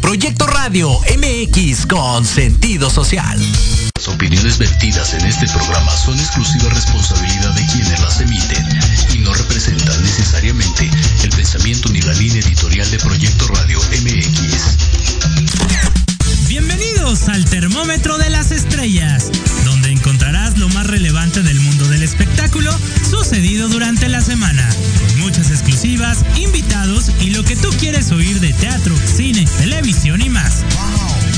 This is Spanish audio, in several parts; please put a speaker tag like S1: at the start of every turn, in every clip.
S1: Proyecto Radio MX con sentido social.
S2: Las opiniones vertidas en este programa son exclusiva responsabilidad de quienes las emiten y no representan necesariamente el pensamiento ni la línea editorial de Proyecto Radio MX.
S3: Bienvenidos al Termómetro de las Estrellas, donde encontrarás lo más relevante del mundo del espectáculo sucedido durante la semana muchas exclusivas, invitados y lo que tú quieres oír de teatro, cine, televisión y más.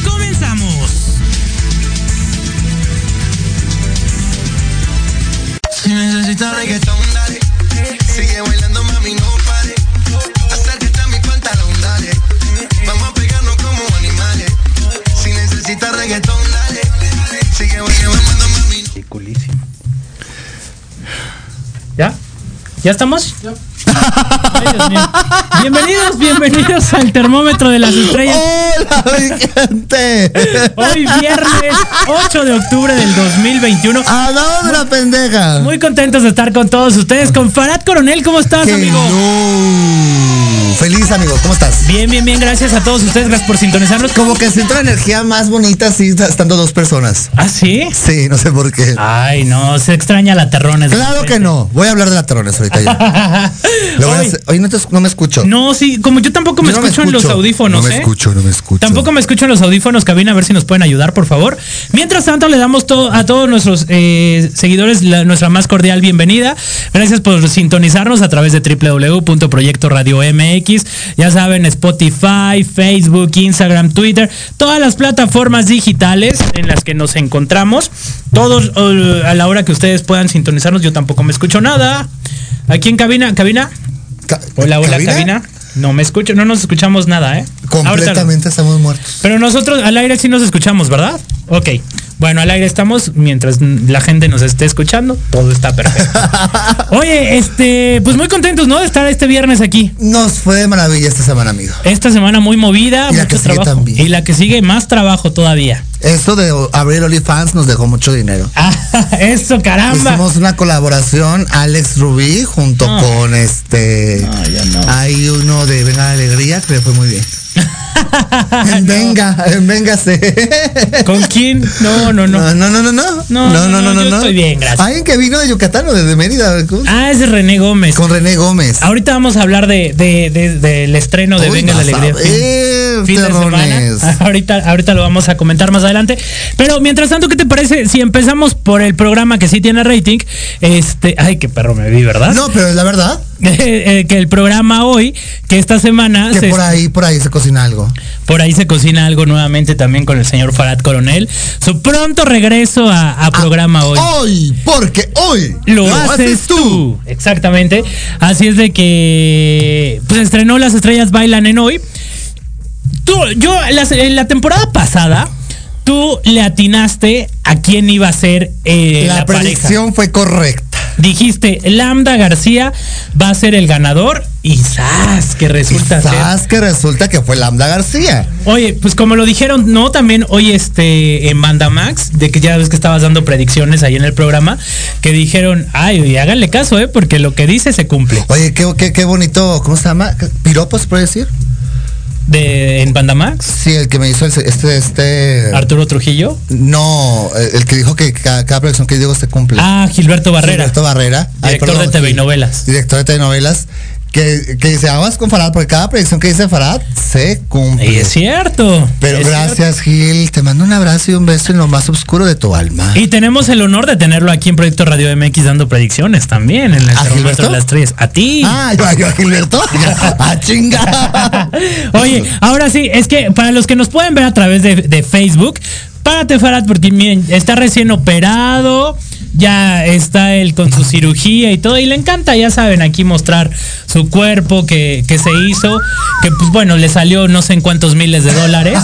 S3: Wow. ¡Comenzamos!
S4: Si necesitas reggaetón, dale. Sigue bailando, mami, no pare. Acércate a mi pantalón, dale. Vamos a pegarnos como animales. Si necesitas reggaetón, dale. Sigue bailando, mami.
S5: Ridiculísimo. ¿Ya? ¿Ya estamos? Ya. Ay, Dios mío. Bienvenidos, bienvenidos al termómetro de las estrellas.
S6: Oh. Hola, gente.
S5: Hoy viernes 8 de octubre del 2021.
S6: ¿A dónde la pendeja?
S5: Muy contentos de estar con todos ustedes. Con Farad Coronel, ¿cómo estás,
S6: Hello.
S5: amigo?
S6: Feliz, amigos. ¿Cómo estás?
S5: Bien, bien, bien. Gracias a todos ustedes. Gracias por sintonizarnos.
S6: Como que siento la energía más bonita así estando dos personas.
S5: ¿Ah, sí?
S6: Sí, no sé por qué.
S5: Ay, no. Se extraña la terrones.
S6: Claro que no. Voy a hablar de la terrones ahorita ya. Lo voy a
S5: Hoy-
S6: hacer- Hoy no, te- no me escucho.
S5: No, sí, como yo tampoco me,
S6: Yo no
S5: escucho, en los audífonos.
S6: No me
S5: ¿eh?
S6: escucho, no me escucho.
S5: Tampoco me escucho en los audífonos, cabina, a ver si nos pueden ayudar, por favor. Mientras tanto, le damos to- a todos nuestros eh, seguidores la- nuestra más cordial bienvenida. Gracias por sintonizarnos a través de www.proyectoradiomx. Ya saben, Spotify, Facebook, Instagram, Twitter, todas las plataformas digitales en las que nos encontramos. Todos eh, a la hora que ustedes puedan sintonizarnos, yo tampoco me escucho nada. Aquí en cabina, cabina.
S6: Ca-
S5: Hola, hola, cabina. No me escucho, no nos escuchamos nada, ¿eh? Ahorita-
S6: Completamente estamos muertos.
S5: pero nosotros al aire sí nos escuchamos, ¿verdad? Ok. Bueno, al aire estamos mientras la gente nos esté escuchando. Todo está perfecto. Oye, este, pues muy contentos, ¿no? De estar este viernes aquí.
S6: Nos fue de maravilla esta semana, amigo.
S5: Esta semana muy movida,
S6: Y la
S5: mucho
S6: que sigue
S5: trabajo.
S6: también.
S5: Y la que sigue, más trabajo todavía.
S6: Esto de abrir OnlyFans nos dejó mucho dinero.
S5: Ah, eso, caramba. Ah.
S6: Hicimos una colaboración Alex Rubí junto
S5: No.
S6: con este.
S5: Ah,
S2: No, ya no.
S6: Hay uno de Venga la Alegría que le fue muy bien. En venga, en véngase.
S5: ¿Con quién? No, no, no.
S6: Pues No, no, no, no, no.
S5: No, no, no, yo estoy bien, gracias.
S6: Alguien que vino de Yucatán o desde Mérida ¿cómo?
S5: Ah, es René Gómez.
S6: con René Gómez.
S5: Ahorita vamos a hablar de, de- de- del estreno de
S6: Uy, Eh,
S5: Venga la
S6: vas a
S5: Alegría.
S6: ver,
S5: fin de
S6: terrones.
S5: semana. Ahorita, ahorita lo vamos a comentar más adelante. Pero mientras tanto, ¿qué te parece si empezamos por el programa que sí tiene rating? Este, ay, qué perro me vi, ¿verdad?
S6: No, pero es la verdad
S5: Eh, eh, que el programa hoy, que esta semana
S6: que
S5: se-
S6: por ahí, por ahí se cocina algo.
S5: por ahí se cocina algo nuevamente también con el señor Farad Coronel. Su pronto regreso a, a programa hoy.
S6: Hoy, porque hoy
S5: Lo, haces tú. Exactamente. Así es de que pues estrenó Las Estrellas Bailan en hoy. Tú, yo, las- en la temporada pasada, tú le atinaste a quién iba a ser eh, la,
S6: La
S5: pareja.
S6: predicción fue correcta.
S5: Dijiste, Lambda García va a ser el ganador y ¡zas! que resulta ser.
S6: Quizás que resulta que fue Lambda García.
S5: Oye, pues como lo dijeron, no, también hoy este en Banda Max, de que ya ves que estabas dando predicciones ahí en el programa, que dijeron, ay, y háganle caso, eh, porque lo que dice se cumple.
S6: Oye, qué, qué, qué bonito, ¿cómo se llama? ¿Piropo se puede decir?
S5: de en Banda Max,
S6: Sí, el que me hizo el- este, este.
S5: Arturo Trujillo.
S6: No, el el que dijo que cada, cada producción que digo se cumple.
S5: Ah, Gilberto Barrera.
S6: Gilberto Barrera. Ay,
S5: Director
S6: perdón,
S5: de TV y
S6: sí,
S5: novelas.
S6: Director de telenovelas. Que, que dice, aguas con Farad, porque cada predicción que dice Farad se cumple.
S5: Y es cierto.
S6: Pero
S5: es
S6: gracias, Gil. Te mando un abrazo y un beso en lo más oscuro de tu alma.
S5: cierto. Y tenemos el honor de tenerlo aquí en Proyecto Radio MX dando predicciones también en el
S6: ¿A
S5: termómetro
S6: ¿Ah, Gilberto?
S5: de las tres. A ti.
S6: Ah, yo, yo, Gilberto. ah, chinga.
S5: Oye, ahora sí, es que para los que nos pueden ver a través de, de Facebook, párate, Farad, porque miren, está recién operado, ya está él con su cirugía y todo, y le encanta, ya saben, aquí mostrar su cuerpo que, que se hizo, que pues bueno, le salió no sé en cuántos miles de dólares.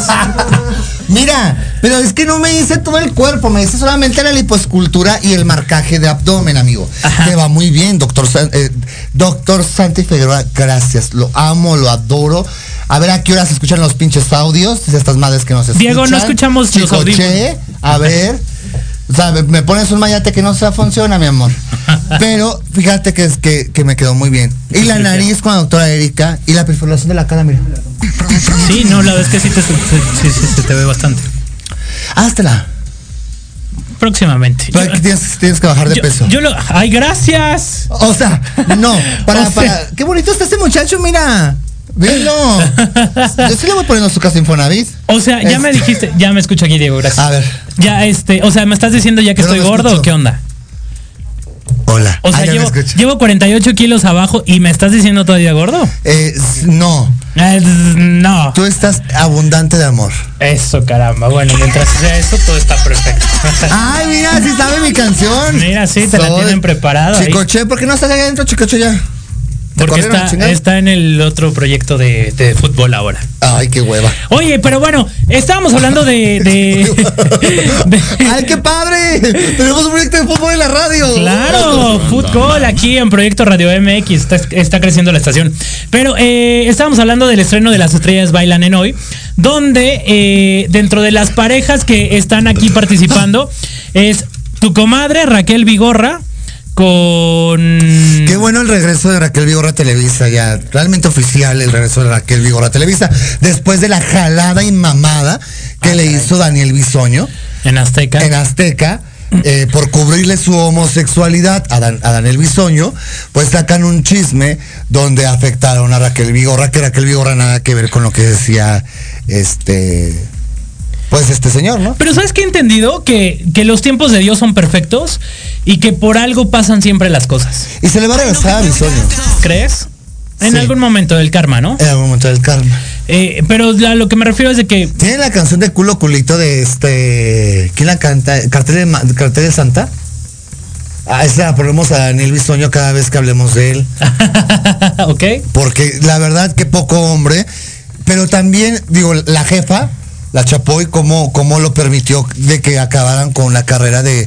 S6: Mira, pero es que no me hice todo el cuerpo, me hice solamente la liposcultura y el marcaje de abdomen, amigo.
S5: Ajá.
S6: Que va muy bien, doctor, San- eh, doctor Santi Figueroa, gracias. Lo amo, lo adoro. A ver a qué horas se escuchan los pinches audios, de estas madres que nos escuchan.
S5: Diego, no escuchamos los
S6: Chico
S5: audífonos.
S6: Che, a ver. O sea, me- me pones un mayate que no se funciona, mi amor. Pero fíjate que, es que, que me quedó muy bien. Y la nariz con la doctora Erika y la perforación de la cara, mira.
S5: Sí, no, la verdad es que sí, te, se- se- sí, sí se te ve bastante.
S6: Háztela.
S5: Próximamente. Yo-
S6: Pero aquí tienes, tienes que bajar de
S5: yo-
S6: peso.
S5: yo lo- ¡Ay, gracias!
S6: o sea, no. Para,
S5: O sea.
S6: para. Qué bonito está este muchacho, mira. Velo. Yo sí le voy poniendo su casa Infonavit.
S5: O sea, ya me
S6: Este.
S5: dijiste, ya me escucho aquí, Diego, gracias.
S6: A ver.
S5: Ya, este, o sea, me estás diciendo ya que
S6: Yo no
S5: estoy
S6: me
S5: gordo
S6: escucho.
S5: o qué onda?
S6: Hola.
S5: O sea,
S6: Ah, ya me
S5: llevo,
S6: escucho.
S5: llevo 48 kilos abajo y me estás diciendo todavía gordo.
S6: Eh, s- no.
S5: Eh, no.
S6: Tú estás abundante de amor.
S5: Eso, caramba. Bueno, mientras sea eso, todo está perfecto.
S6: Ay, mira, si sabe mi canción.
S5: Mira, sí, te la tienen preparada ahí.
S6: Chicoche, ¿por qué no estás allá adentro, Chicoche, ya? ¿Te
S5: Porque
S6: corrieron,
S5: está, este-
S6: chingada?
S5: está en el otro proyecto de, de fútbol ahora.
S6: Ay, qué hueva.
S5: Oye, pero bueno, estábamos hablando de. de- de-
S6: ¡Ay, qué padre! Tenemos un proyecto de fútbol en la radio.
S5: Claro, fútbol aquí en Proyecto Radio MX. Está, está creciendo la estación. Pero eh, estábamos hablando del estreno de Las Estrellas Bailan en Hoy, donde eh, dentro de las parejas que están aquí participando es tu comadre Raquel Vigorra con.
S6: Qué bueno el regreso de Raquel Vigorra a Televisa, ya realmente oficial el regreso de Raquel Vigorra a Televisa, después de la jalada y mamada que le hizo Daniel Bisoño
S5: En Azteca.
S6: en Azteca. eh, por cubrirle su homosexualidad a, Dan- a Daniel Bisoño, pues sacan un chisme donde afectaron a Raquel Vigorra, que Raquel Vigorra nada que ver con lo que decía este, pues este señor, ¿no?
S5: Pero ¿sabes qué he entendido? Que, que los tiempos de Dios son perfectos y que por algo pasan siempre las cosas.
S6: Y se le va a regresar a Bisoño Eh,
S5: ¿Crees? En
S6: Sí.
S5: algún momento del karma, ¿no?
S6: en algún momento del karma.
S5: Eh, pero a lo que me refiero es de que
S6: Tiene la canción de culo culito de este. ¿Quién la canta? ¿Cartel de, Ma- cartel de Santa? Ah, esa la ponemos a Daniel Bisoño cada vez que hablemos de él.
S5: ok.
S6: Porque la verdad que poco hombre. Pero también, digo, la jefa, la Chapoy, cómo, cómo lo permitió de que acabaran con la carrera de,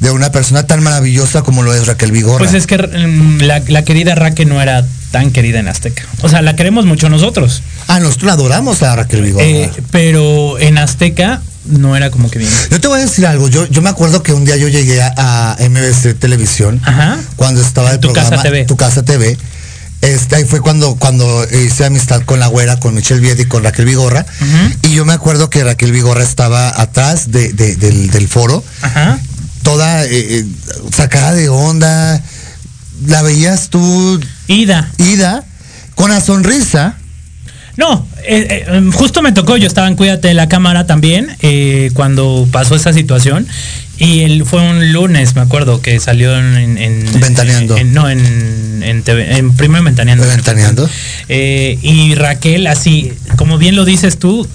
S6: de una persona tan maravillosa como lo es Raquel Vigorra.
S5: Pues es que mm, la, la querida Raque no era tan querida en Azteca. O sea, la queremos mucho nosotros.
S6: Ah, nosotros la adoramos a Raquel Vigorra.
S5: Eh, pero en Azteca no era como que bien.
S6: Yo te voy a decir algo. Yo, yo me acuerdo que un día yo llegué a, a MBC Televisión.
S5: Ajá.
S6: Cuando estaba el
S5: Tu Casa
S6: programa
S5: TV.
S6: Tu Casa TV. Este, ahí fue cuando, cuando hice amistad con la güera, con Michelle Viedi y con Raquel Vigorra.
S5: Ujú.
S6: Y yo me acuerdo que Raquel Vigorra estaba atrás de- de- del, del foro,
S5: Ajá.
S6: toda eh, eh, sacada de onda. La veías tú,
S5: Ida.
S6: ida, con la sonrisa.
S5: No, eh, eh, justo me tocó, yo estaba en Cuídate de la Cámara también, eh, cuando pasó esa situación. Y el- fue un lunes, me acuerdo, que salió en... en-
S6: Ventaneando.
S5: en- no, en, en, TV, en primero en Ventaneando.
S6: Ventaneando.
S5: Eh, y Raquel, así, como bien lo dices tú,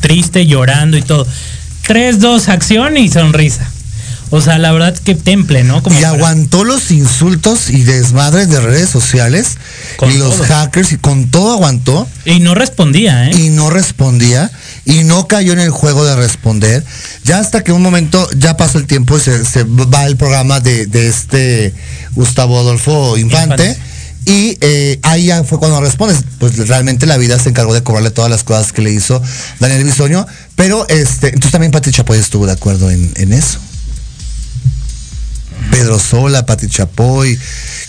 S5: triste, llorando y todo. 3, 2, acción y sonrisa. O sea, la verdad que temple, ¿no? Como
S6: y
S5: para-
S6: aguantó los insultos y desmadres de redes sociales
S5: Con
S6: y los
S5: todo.
S6: hackers y con todo aguantó
S5: y no respondía, ¿eh?
S6: y no respondía y no cayó en el juego de responder. Ya hasta que un momento ya pasó el tiempo y se, se va el programa de, de este Gustavo Adolfo Infante.
S5: Infante.
S6: Y eh, ahí ya fue cuando respondes, pues realmente la vida se encargó de cobrarle todas las cosas que le hizo Daniel Bisoño, pero este, entonces también Pati Chapoy estuvo de acuerdo en, en eso. Pedro Sola, Pati Chapoy,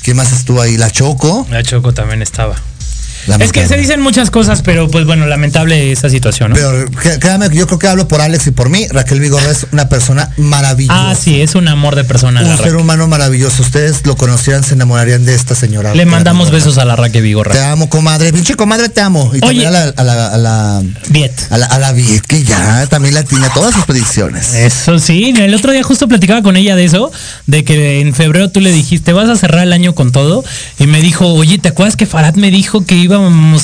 S6: ¿quién más estuvo ahí? La Choco.
S5: La Choco también estaba.
S6: La
S5: Es que se dicen muchas cosas, pero pues bueno, lamentable esa situación, ¿no?
S6: Pero que- créame, que yo creo que hablo por Alex y por mí. Raquel Vigorra es una persona maravillosa.
S5: ah, sí, es un amor de persona. la
S6: Un ser
S5: Raquel.
S6: humano maravilloso. Ustedes lo conocieran, se enamorarían de esta señora.
S5: Le mandamos
S6: Raquel Vigorra.
S5: besos a la Raque
S6: Te
S5: Vigorra.
S6: amo, comadre. Pinche comadre, te amo. Y
S5: Oye.
S6: también a la, a la, a la,
S5: Viet.
S6: a la, a la Viet, que ya también la tiene a todas sus predicciones.
S5: Eso sí, el otro día justo platicaba con ella de eso, de que en febrero tú le dijiste, vas a cerrar el año con todo, y me dijo, oye, ¿te acuerdas que Farad me dijo que íbamos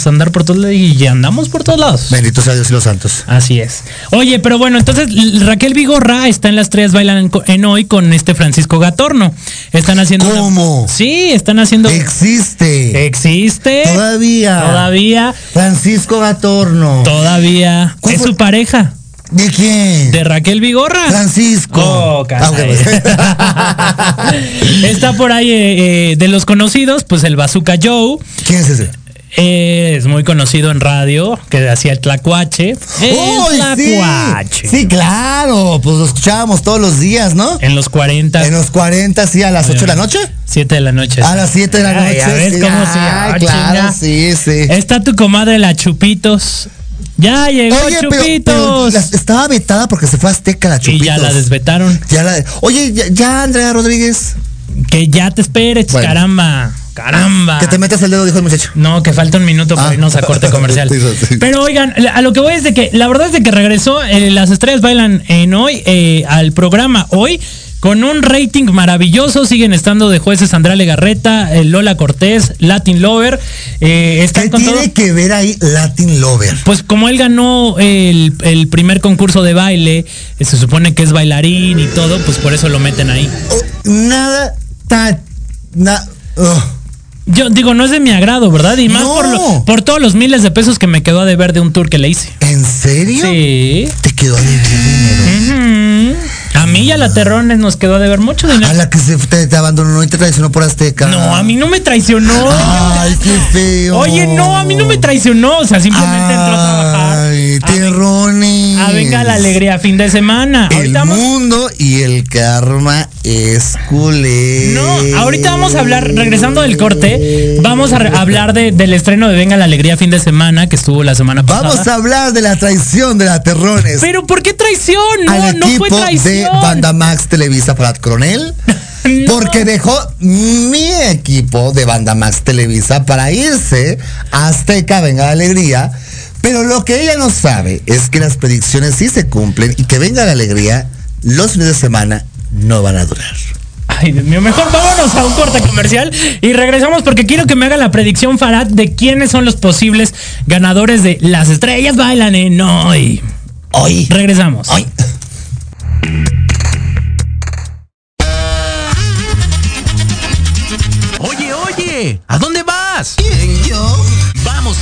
S5: a andar por todos lados y ya andamos por todos lados?
S6: Bendito sea Dios y los santos.
S5: Así es. Oye, pero bueno, entonces L- Raquel Vigorra está en las tres bailan co- en hoy con este Francisco Gatorno. Están haciendo. una-
S6: ¿Cómo?
S5: Sí, están haciendo.
S6: Existe.
S5: Existe.
S6: Todavía.
S5: ¿Eh? Todavía.
S6: Francisco Gatorno.
S5: Todavía.
S6: ¿Cuál
S5: Es
S6: fue?
S5: su pareja.
S6: ¿De quién?
S5: De Raquel Vigorra.
S6: Francisco.
S5: Oh,
S6: Ah, ok,
S5: caray.
S6: pues.
S5: Está por ahí eh, eh, de los conocidos, pues el Bazooka Joe.
S6: ¿Quién es ese?
S5: eh, es muy conocido en radio, que hacía el tlacuache.
S6: ¡Uy,
S5: El
S6: sí!
S5: tlacuache.
S6: Sí, claro, pues lo escuchábamos todos los días, ¿no?
S5: En los 40,
S6: En Ah, los 40, sí, a las 8 de la noche.
S5: 7 de la noche.
S6: A las 7 de la
S5: Ay,
S6: noche.
S5: ya ves
S6: sí.
S5: cómo sí,
S6: Ah,
S5: ah,
S6: claro,
S5: chinga. Eh,
S6: sí, sí.
S5: Está tu comadre la Chupitos. Ya llegó
S6: Oye, pero-
S5: Chupitos.
S6: pero las- estaba vetada porque se fue a Azteca la Chupitos.
S5: Y ya la desvetaron.
S6: Ya la- Oye, ya, ya, Andrea Rodríguez.
S5: Que ya te esperes,
S6: Bueno.
S5: caramba. Caramba.
S6: Que te metas el dedo, dijo el muchacho.
S5: No, que falta un minuto para
S6: Ah.
S5: irnos a corte comercial.
S6: Sí, sí.
S5: Pero oigan, la- a lo que voy es de que la verdad es de que regresó eh, Las Estrellas Bailan en hoy eh, al programa hoy con un rating maravilloso. Siguen estando de jueces Andrea Legarreta, eh, Lola Cortés, Latin Lover. eh,
S6: ¿Qué
S5: están con todo.
S6: tiene que ver ahí Latin Lover?
S5: Pues como él ganó el, el primer concurso de baile, eh, se supone que es bailarín y todo, pues por eso lo meten ahí.
S6: Oh, nada tan. na- oh, ugh.
S5: Yo digo, no es de mi agrado, ¿verdad? Y más
S6: No.
S5: por, lo- por todos los miles de pesos que me quedó a deber de un tour que le hice.
S6: ¿En serio?
S5: Sí.
S6: Te quedó de dinero.
S5: Ujú. A mí y a la Terrones nos quedó de ver mucho dinero.
S6: A la que se te, te abandonó y te traicionó por Azteca.
S5: No, a mí no me traicionó.
S6: Ay, qué feo.
S5: Oye, no, a mí no me traicionó. O sea, simplemente entró a trabajar.
S6: Ay,
S5: A ven-
S6: terrones.
S5: A venga la alegría, fin de semana.
S6: El
S5: Ahorita vamos-
S6: mundo y el karma es culé.
S5: No, ahorita vamos a hablar, regresando del corte, vamos a re- hablar de- del estreno de Venga la Alegría fin de semana que estuvo la semana pasada.
S6: Vamos a hablar de la traición de la Terrones.
S5: Pero ¿por qué traición? No,
S6: al
S5: no
S6: equipo
S5: fue traición.
S6: de Banda Max Televisa Prat Coronel.
S5: No.
S6: Porque dejó mi equipo de Banda Max Televisa para irse a Azteca, venga la alegría. Pero lo que ella no sabe es que las predicciones sí se cumplen y que venga la alegría, los fines de semana no van a durar.
S5: Ay, Dios mío, mejor vámonos a un corte comercial y regresamos porque quiero que me haga la predicción Farad de quiénes son los posibles ganadores de Las Estrellas Bailan en hoy.
S6: Hoy.
S5: Regresamos.
S6: Hoy.
S1: Oye, oye, ¿a dónde vas?
S4: ¿Quién, yo?
S1: Vamos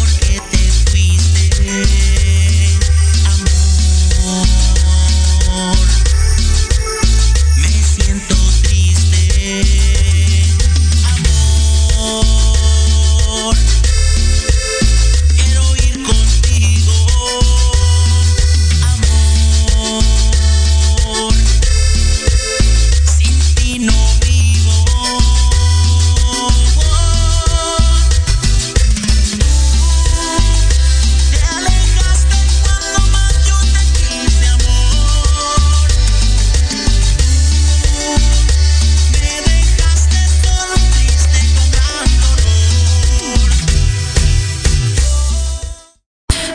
S7: Porque te fuiste, amor. Me siento triste, amor. Quiero ir contigo, amor. Sin ti no vivo. Te alejaste cuando más yo te quise, amor. Me dejaste solo triste con gran dolor.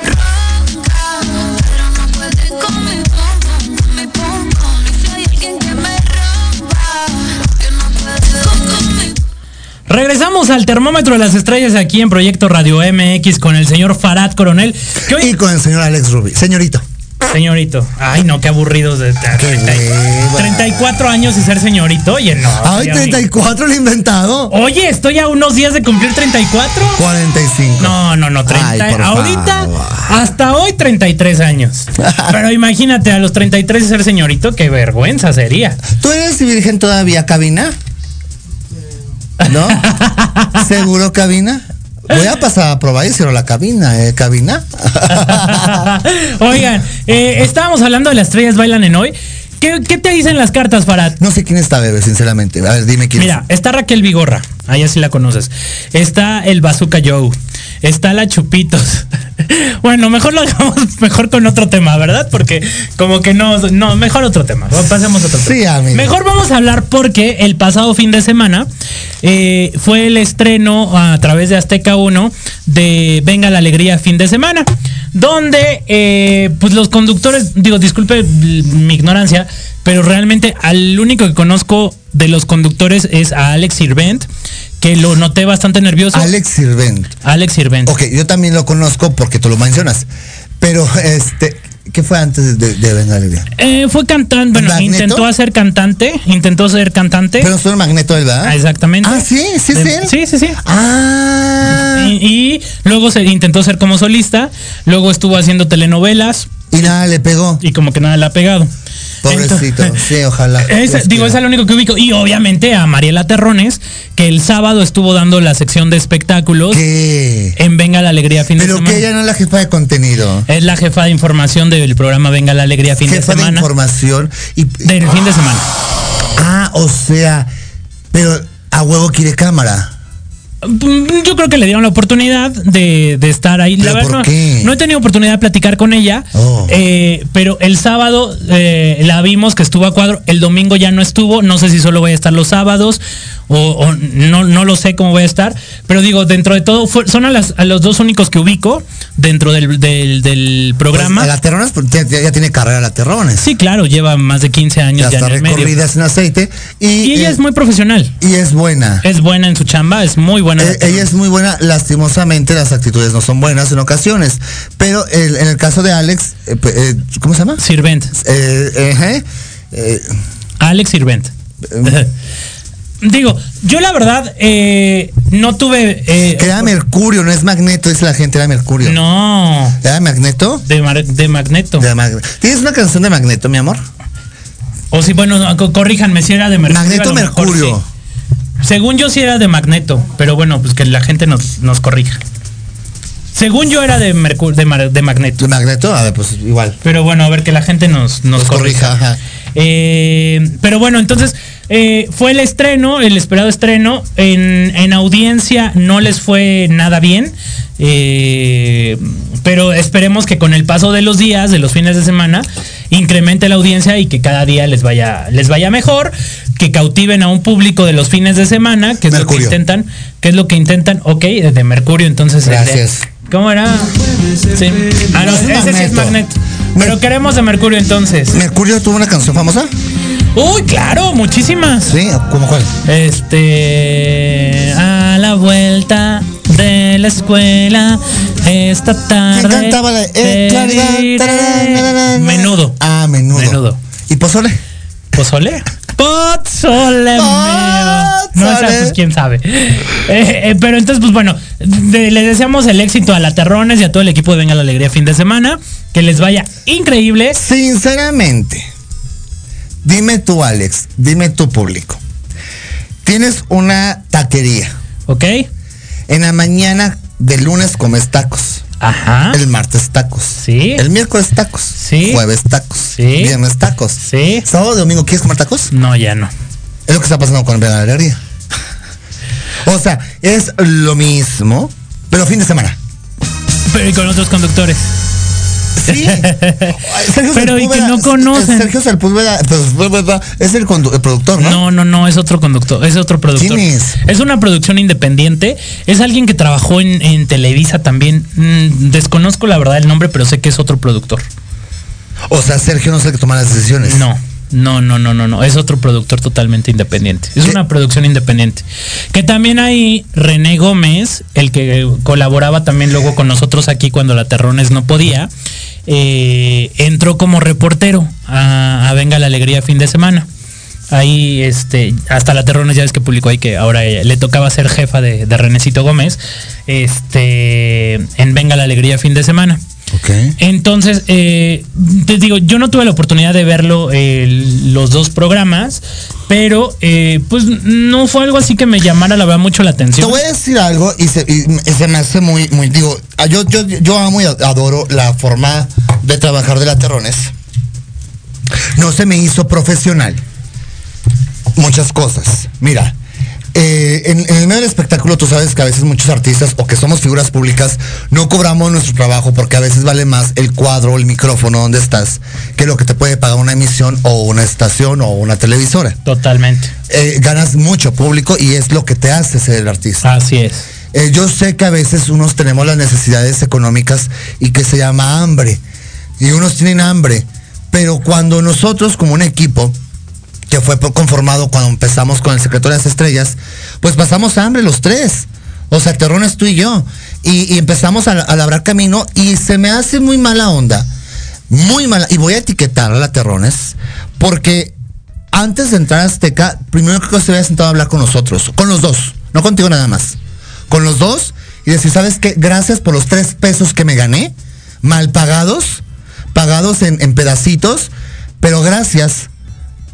S8: Ronca, pero no puede con mi pom mi pom pom. Y si hay alguien que me rompa, que no puede con mi
S5: Regresamos al termómetro de las estrellas aquí en Proyecto Radio MX con el señor Farad Coronel. que hoy-
S6: Y con el señor Alex Rubí. Señorito.
S5: Señorito. Ay, no, qué aburridos de estar.
S6: Qué
S5: 30
S6: hueva.
S5: 34 años y ser señorito. Oye, no.
S6: Ay,
S5: Dios mío.
S6: 34 lo he inventado.
S5: Oye, estoy a unos días de cumplir 34.
S6: 45.
S5: No, no, no, 30.
S6: Ay, por
S5: ahorita,
S6: favor.
S5: hasta hoy 33 años. Pero imagínate a los 33 y ser señorito, qué vergüenza sería.
S6: ¿Tú eres virgen todavía, cabina? ¿No? ¿Seguro, cabina? Voy a pasar a probar y cierro la cabina, ¿eh, cabina?
S5: Oigan, eh, estábamos hablando de las estrellas bailan en hoy. ¿Qué, qué te dicen las cartas para
S6: No sé quién está, bebé, sinceramente. A ver, dime quién
S5: Mira, está Raquel Vigorra, allá sí la conoces. Está el Bazooka Joe. está la Chupitos. Bueno, mejor lo hagamos mejor con otro tema, ¿verdad? Porque como que no, no, mejor otro tema. Pasemos a otro tema.
S6: Sí, amigo.
S5: Mejor vamos a hablar porque el pasado fin de semana eh, fue el estreno a través de Azteca 1 de Venga la Alegría fin de semana, donde eh, pues los conductores, digo, disculpe l- mi ignorancia, pero realmente al único que conozco de los conductores es a Alex Sirvent, que lo noté bastante nervioso.
S6: Alex Sirvent.
S5: Alex Sirvent.
S6: Ok, yo también lo conozco porque tú lo mencionas. Pero, este, ¿qué fue antes de, de Venga la Alegría?
S5: Eh, fue cantante, bueno,
S6: ¿Magneto?
S5: intentó hacer cantante, intentó ser cantante.
S6: Pero es un magneto, ¿verdad?
S5: Ah, exactamente.
S6: Ah, sí, sí es
S5: De-
S6: él.
S5: Sí, sí, sí.
S6: Ah.
S5: Y, y luego se intentó ser como solista, luego estuvo haciendo telenovelas
S6: Y nada, le pegó.
S5: y como que nada le ha pegado.
S6: Pobrecito.
S5: Entonces-
S6: sí, ojalá. Este,
S5: Esa-
S6: Dios
S5: digo,
S6: quiera.
S5: es lo único que ubico. Y obviamente a Mariela Terrones, que el sábado estuvo dando la sección de espectáculos
S6: ¿Qué?
S5: en Venga la Alegría fin de
S6: Pero
S5: semana.
S6: que ella no es la jefa de contenido.
S5: Es la jefa de información del programa Venga la Alegría fin de
S6: jefa de
S5: semana.
S6: información. Y,
S5: del fin de semana.
S6: Ah, o sea, pero a huevo quiere cámara.
S5: Mm, Yo creo que le dieron la oportunidad de, de estar ahí. La
S6: ¿Pero
S5: verdad,
S6: por
S5: no,
S6: qué?
S5: no he tenido oportunidad de platicar con ella,
S6: Oh.
S5: eh, pero el sábado eh, la vimos que estuvo a cuadro, el domingo ya no estuvo, no sé si solo voy a estar los sábados o, o no, no lo sé cómo voy a estar, pero digo, dentro de todo, fue- son a, las- a los dos únicos que ubico dentro del, del- del
S6: Pues,
S5: programa.
S6: a la Terrones, pues, ya, ya- ya tiene carrera la Terrones.
S5: Sí, claro, lleva más de 15
S6: ya
S5: años ya,
S6: está
S5: en el medio.
S6: recorrida en aceite. Y,
S5: Y ella
S6: eh,
S5: es muy profesional,
S6: y es buena.
S5: es buena en su chamba, es muy buena.
S6: Eh, ella es muy buena, lastimosamente las actitudes no son buenas en ocasiones. Pero el- en el caso de Alex, eh, pe- eh, ¿cómo se llama?
S5: Sirvent.
S6: Eh, eh, eh,
S5: Alex Sirvent.
S6: Eh,
S5: Digo, yo la verdad eh, no tuve. eh,
S6: que era Mercurio, no es Magneto, dice la gente, era Mercurio.
S5: no,
S6: ¿Era Magneto?
S5: de, Mar- de Magneto.
S6: De Mag- ¿Tienes una canción de Magneto, mi amor?
S5: O si, bueno, no, co- corríjanme si era de Mercurio. a
S6: Magneto
S5: lo mejor
S6: Mercurio.
S5: sí. Según yo sí era de Magneto, pero bueno, pues que la gente nos, nos corrija. Según yo era de, Mercu- de, Mar- de Magneto.
S6: ¿De Magneto? A ver, pues igual.
S5: Pero bueno, a ver que la gente nos, nos
S6: Nos
S5: corrija.
S6: corrija. ajá.
S5: Eh, pero bueno, entonces eh, fue el estreno, el esperado estreno. En, en audiencia no les fue nada bien. eh, pero esperemos que con el paso de los días, de los fines de semana, incremente la audiencia y que cada día les vaya, les vaya mejor, que cautiven a un público de los fines de semana, que es lo que
S6: Mercurio.
S5: intentan, que es lo que intentan, ok, de Mercurio, entonces. el de-
S6: Gracias.
S5: ¿Cómo era? Sí. Ah, no,
S6: Es
S5: ese sí es
S6: Magneto.
S5: Magneto. Pero queremos de Mercurio entonces.
S6: ¿Mercurio tuvo una canción famosa?
S5: Uy, claro, muchísimas.
S6: Sí, ¿cómo cuál?
S5: Este. A la vuelta de la escuela, esta
S6: Me
S5: tarde.
S6: encantaba la de, eh,
S5: te
S6: claridad,
S5: diré.
S6: tararán, tararán.
S5: Menudo.
S6: Ah, menudo.
S5: Menudo.
S6: ¿Y Pozole?
S5: Pozole. Pozole mío. No, o sea,
S6: Pozole.
S5: pues quién sabe. Eh, eh, pero entonces, pues bueno, de- le deseamos el éxito a la Terrones y a todo el equipo de Venga la Alegría fin de semana. Que les vaya increíble.
S6: Sinceramente, dime tú, Alex, dime tu público. Tienes una taquería.
S5: ¿Ok?
S6: En la mañana del lunes comes tacos.
S5: Ajá.
S6: El martes tacos.
S5: Sí.
S6: El miércoles tacos.
S5: Sí.
S6: Jueves tacos.
S5: Sí.
S6: Viernes tacos.
S5: Sí.
S6: Sábado, domingo, ¿quieres comer tacos?
S5: No, ya no.
S6: Es lo que está pasando con la alegría. O sea, es lo mismo, pero fin de semana.
S5: Pero y con otros conductores.
S6: Sí. Sergio
S5: Pero, ¿y que
S6: Sepúlveda-
S5: no conocen?
S6: Sergio Sepúlveda, pues, bla, bla, bla, es el, condu- el productor, ¿no?
S5: No, no, no, es otro conductor, es otro productor.
S6: ¿Quién es?
S5: una producción independiente, es alguien que trabajó en, en Televisa también. Mm, desconozco la verdad el nombre, pero sé que es otro productor.
S6: O sea, Sergio no es el que toma las decisiones.
S5: No, no, no, no, no, no, es otro productor totalmente independiente. Es
S6: ¿Qué?
S5: una producción independiente. Que también hay René Gómez, el que colaboraba también luego con nosotros aquí cuando la Terrones no podía, eh, entró como reportero a, a Venga la Alegría fin de semana. Ahí, este, hasta la Terrones ya ves que publicó ahí que ahora eh, le tocaba ser jefa de, de Renecito Gómez, este, en Venga la Alegría fin de semana.
S6: Ok.
S5: Entonces, eh, te digo, yo no tuve la oportunidad de verlo eh, los dos programas, pero eh, pues no fue algo así que me llamara la verdad mucho la
S6: Te
S5: atención.
S6: voy a decir algo y se, y- y se me hace muy, muy, digo, ah, yo, yo, yo amo y adoro la forma de trabajar de la Terrones. No se me hizo profesional. Muchas cosas. Mira, eh, en, en el medio del espectáculo tú sabes que a veces muchos artistas o que somos figuras públicas no cobramos nuestro trabajo porque a veces vale más el cuadro, el micrófono donde estás que lo que te puede pagar una emisión o una estación o una televisora.
S5: Totalmente.
S6: Eh, ganas mucho público y es lo que te hace ser el artista.
S5: Así es.
S6: Eh, yo sé que a veces unos tenemos las necesidades económicas y que se llama hambre. Y unos tienen hambre. Pero cuando nosotros como un equipo, que fue por- conformado cuando empezamos con el secretario de las estrellas, pues pasamos hambre los tres. O sea, Terrones tú y yo. Y, y empezamos a, a labrar camino y se me hace muy mala onda. Muy mala. Y voy a etiquetar a la Terrones porque antes de entrar a Azteca, primero creo que se había sentado a hablar con nosotros, con los dos, no contigo nada más. Con los dos y decir, ¿sabes qué? Gracias por los tres pesos que me gané, mal pagados, pagados en, en pedacitos, pero gracias.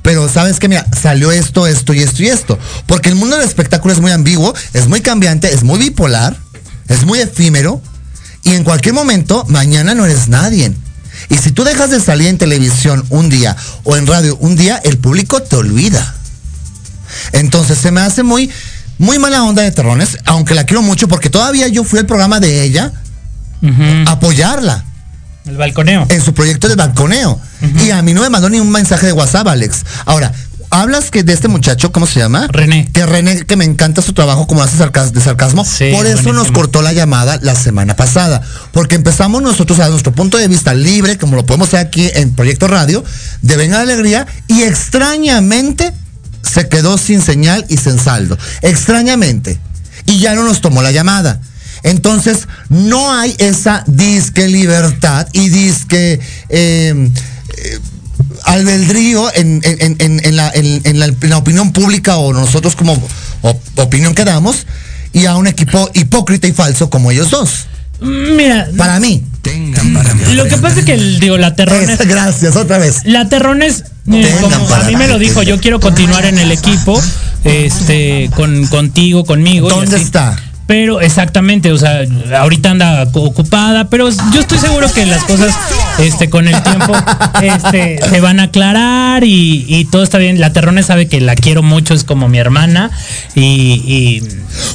S6: Pero sabes que mira, salió esto, esto y esto y esto. Porque el mundo del espectáculo es muy ambiguo, es muy cambiante, es muy bipolar, es muy efímero. Y en cualquier momento, mañana no eres nadie. Y si tú dejas de salir en televisión un día o en radio un día, el público te olvida. Entonces se me hace muy, muy mala onda de Terrones, aunque la quiero mucho porque todavía yo fui al programa de ella a apoyarla
S5: El balconeo.
S6: en su proyecto de balconeo. Y a mí no me mandó ni un mensaje de WhatsApp, Alex. Ahora, hablas que de este muchacho, ¿cómo se llama?
S5: René.
S6: Que René, que me encanta su trabajo como hace sarcas- de sarcasmo.
S5: Sí,
S6: Por eso nos
S5: buenísimo.
S6: cortó la llamada la semana pasada. Porque empezamos nosotros a nuestro punto de vista libre, como lo podemos hacer aquí en Proyecto Radio, de Venga la Alegría, y extrañamente se quedó sin señal y sin saldo. Extrañamente. Y ya no nos tomó la llamada. Entonces, no hay esa disque libertad y disque. eh, albedrío en, en- en- en la, en- en la- en la opinión pública o nosotros como op- opinión que damos y a un equipo hipócrita y falso como ellos dos.
S5: Mira,
S6: Para mí.
S2: Tengan para mí.
S5: lo que pasa es que, el- digo, la terrones.
S6: Es- gracias, otra vez.
S5: La Terrones, eh,
S6: Vengan
S5: como
S6: para
S5: a mí me
S6: acá.
S5: lo dijo, yo quiero continuar en el equipo, este, con contigo, conmigo. y
S6: ¿Dónde
S5: así.
S6: está?
S5: Pero exactamente, o sea, ahorita anda ocupada, pero yo estoy seguro que las cosas, este, con el tiempo, este, se van a aclarar y, y todo está bien. La Terrones sabe que la quiero mucho, es como mi hermana y,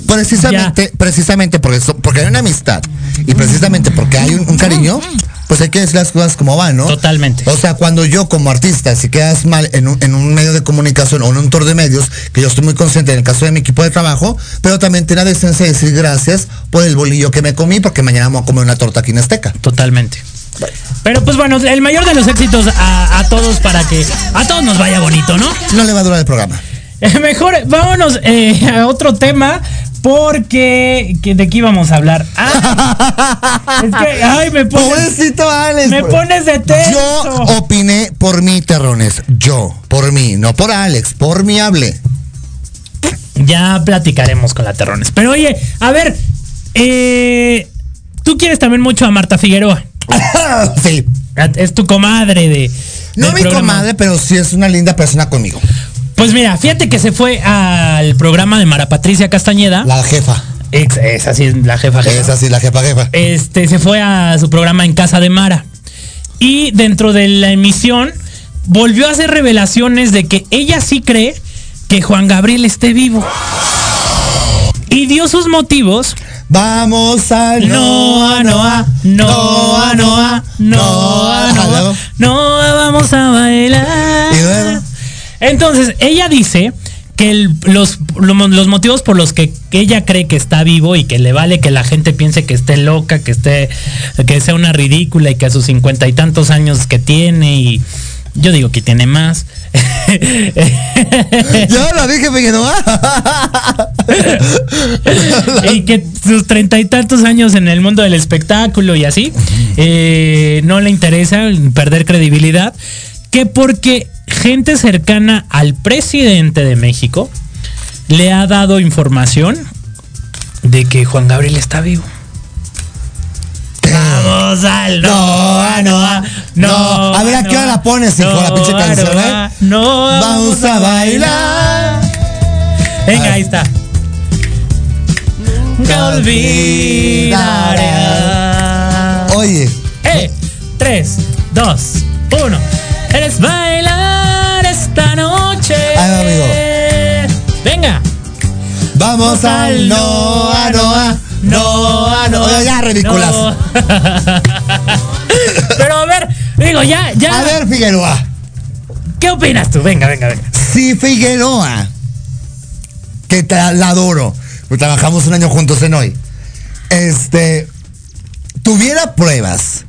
S6: Precisamente, precisamente porque, so- porque hay una amistad y precisamente porque hay un, un cariño, pues hay que decir las cosas como van, ¿no?
S5: Mm, Totalmente.
S6: O sea, cuando yo como artista, si quedas mal en un, en un medio de comunicación o en un tour de medios, que yo estoy muy consciente en el caso de mi equipo de trabajo, pero también tiene la decencia de decir gracias por el bolillo que me comí, porque mañana vamos a comer una torta aquí en Azteca.
S5: y totalmente. Pero pues bueno, el mayor de los éxitos a, a todos para que a todos nos vaya bonito, ¿no?
S6: No le va a durar el programa.
S5: Eh, Mejor vámonos eh, a otro tema porque que- de qué íbamos a hablar. Ah, es que ay me pones,
S6: Pobrecito Alex.
S5: me
S6: por-
S5: pones de tenso.
S6: Yo opiné por mí, terrones. Yo, por mí, no por Alex, por mí hablé.
S5: Ya platicaremos con la Terrones. Pero oye, a ver, eh, tú quieres también mucho a Marta Figueroa.
S6: sí.
S5: Es tu comadre de.
S6: No
S5: del
S6: mi
S5: programa.
S6: comadre, pero sí es una linda persona conmigo.
S5: Pues mira, fíjate que se fue al programa de Mara Patricia Castañeda.
S6: La jefa.
S5: Ex- esa sí es la jefa. jefa.
S6: Es así, Ah. la jefa jefa.
S5: este, se fue a su programa en casa de Mara. Y dentro de la emisión volvió a hacer revelaciones de que ella sí cree que Juan Gabriel esté vivo. Y dio sus motivos.
S6: Vamos al
S5: Noa, Noa, Noa, Noa, Noa, Noa,
S6: Hello.
S5: Noa, vamos a
S6: Y luego.
S5: bailar. Entonces, ella dice que el- los, lo- los motivos por los que que ella cree que está vivo y que le vale que la gente piense que esté loca, que esté, que sea una ridícula y que a sus cincuenta y tantos años que tiene y yo digo que tiene más.
S6: Yo lo dije, Figueroa.
S5: y que sus treinta y tantos años en el mundo del espectáculo y así, eh, no le interesa perder credibilidad, que porque gente cercana al presidente de México le ha dado información de que Juan Gabriel está vivo. Vamos al
S6: Noa, Noa, Noa. ah, A ver, ¿a qué hora la pones, hijo, la pinche canción, eh?
S5: ah, No,
S6: Vamos a bailar.
S5: Venga, ahí está. Nunca olvidaré.
S6: Oye,
S5: Eh, tres, dos, uno. Eres bailar esta noche.
S6: Ahí va,
S5: Venga.
S6: vamos al Noa, Noa, Noa, Noa. Oye, ah, ya, ridículas.
S5: No. Pero a ver, digo, ya, ya.
S6: A ver, Figueroa.
S5: ¿Qué opinas tú? Venga, venga, venga.
S6: Sí, Figueroa. Que te- la adoro. pues Trabajamos un año juntos en hoy. Este. Tuviera pruebas.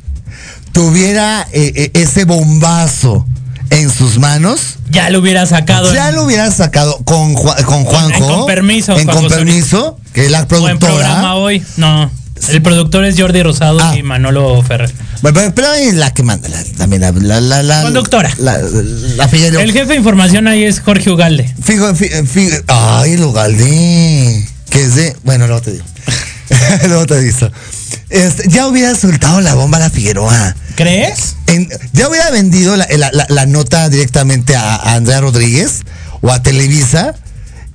S6: Tuviera eh, eh, ese bombazo en sus manos.
S5: Ya lo hubiera sacado.
S6: Ya lo hubiera sacado con, Ju- con Juanjo.
S5: con permiso,
S6: En
S5: Juanjo
S6: con
S5: Solís.
S6: permiso. Que es la
S5: Buen programa
S6: productora.
S5: hoy. No. El productor es Jordi Rosado
S6: Ah.
S5: y Manolo Ferrer.
S6: Bueno, pero, pero es la que manda. la- también la, la, la, la-
S5: Conductora.
S6: La, la Figueroa.
S5: El jefe de información ahí es Jorge Ugalde.
S6: Figo, fi- fi- ay, el Ugalde, que es de, bueno, luego te digo, luego te digo. Este, ya hubiera soltado la bomba a la Figueroa,
S5: ¿Crees?
S6: En- ya hubiera vendido la, la- la- la nota directamente a, a Andrea Rodríguez o a Televisa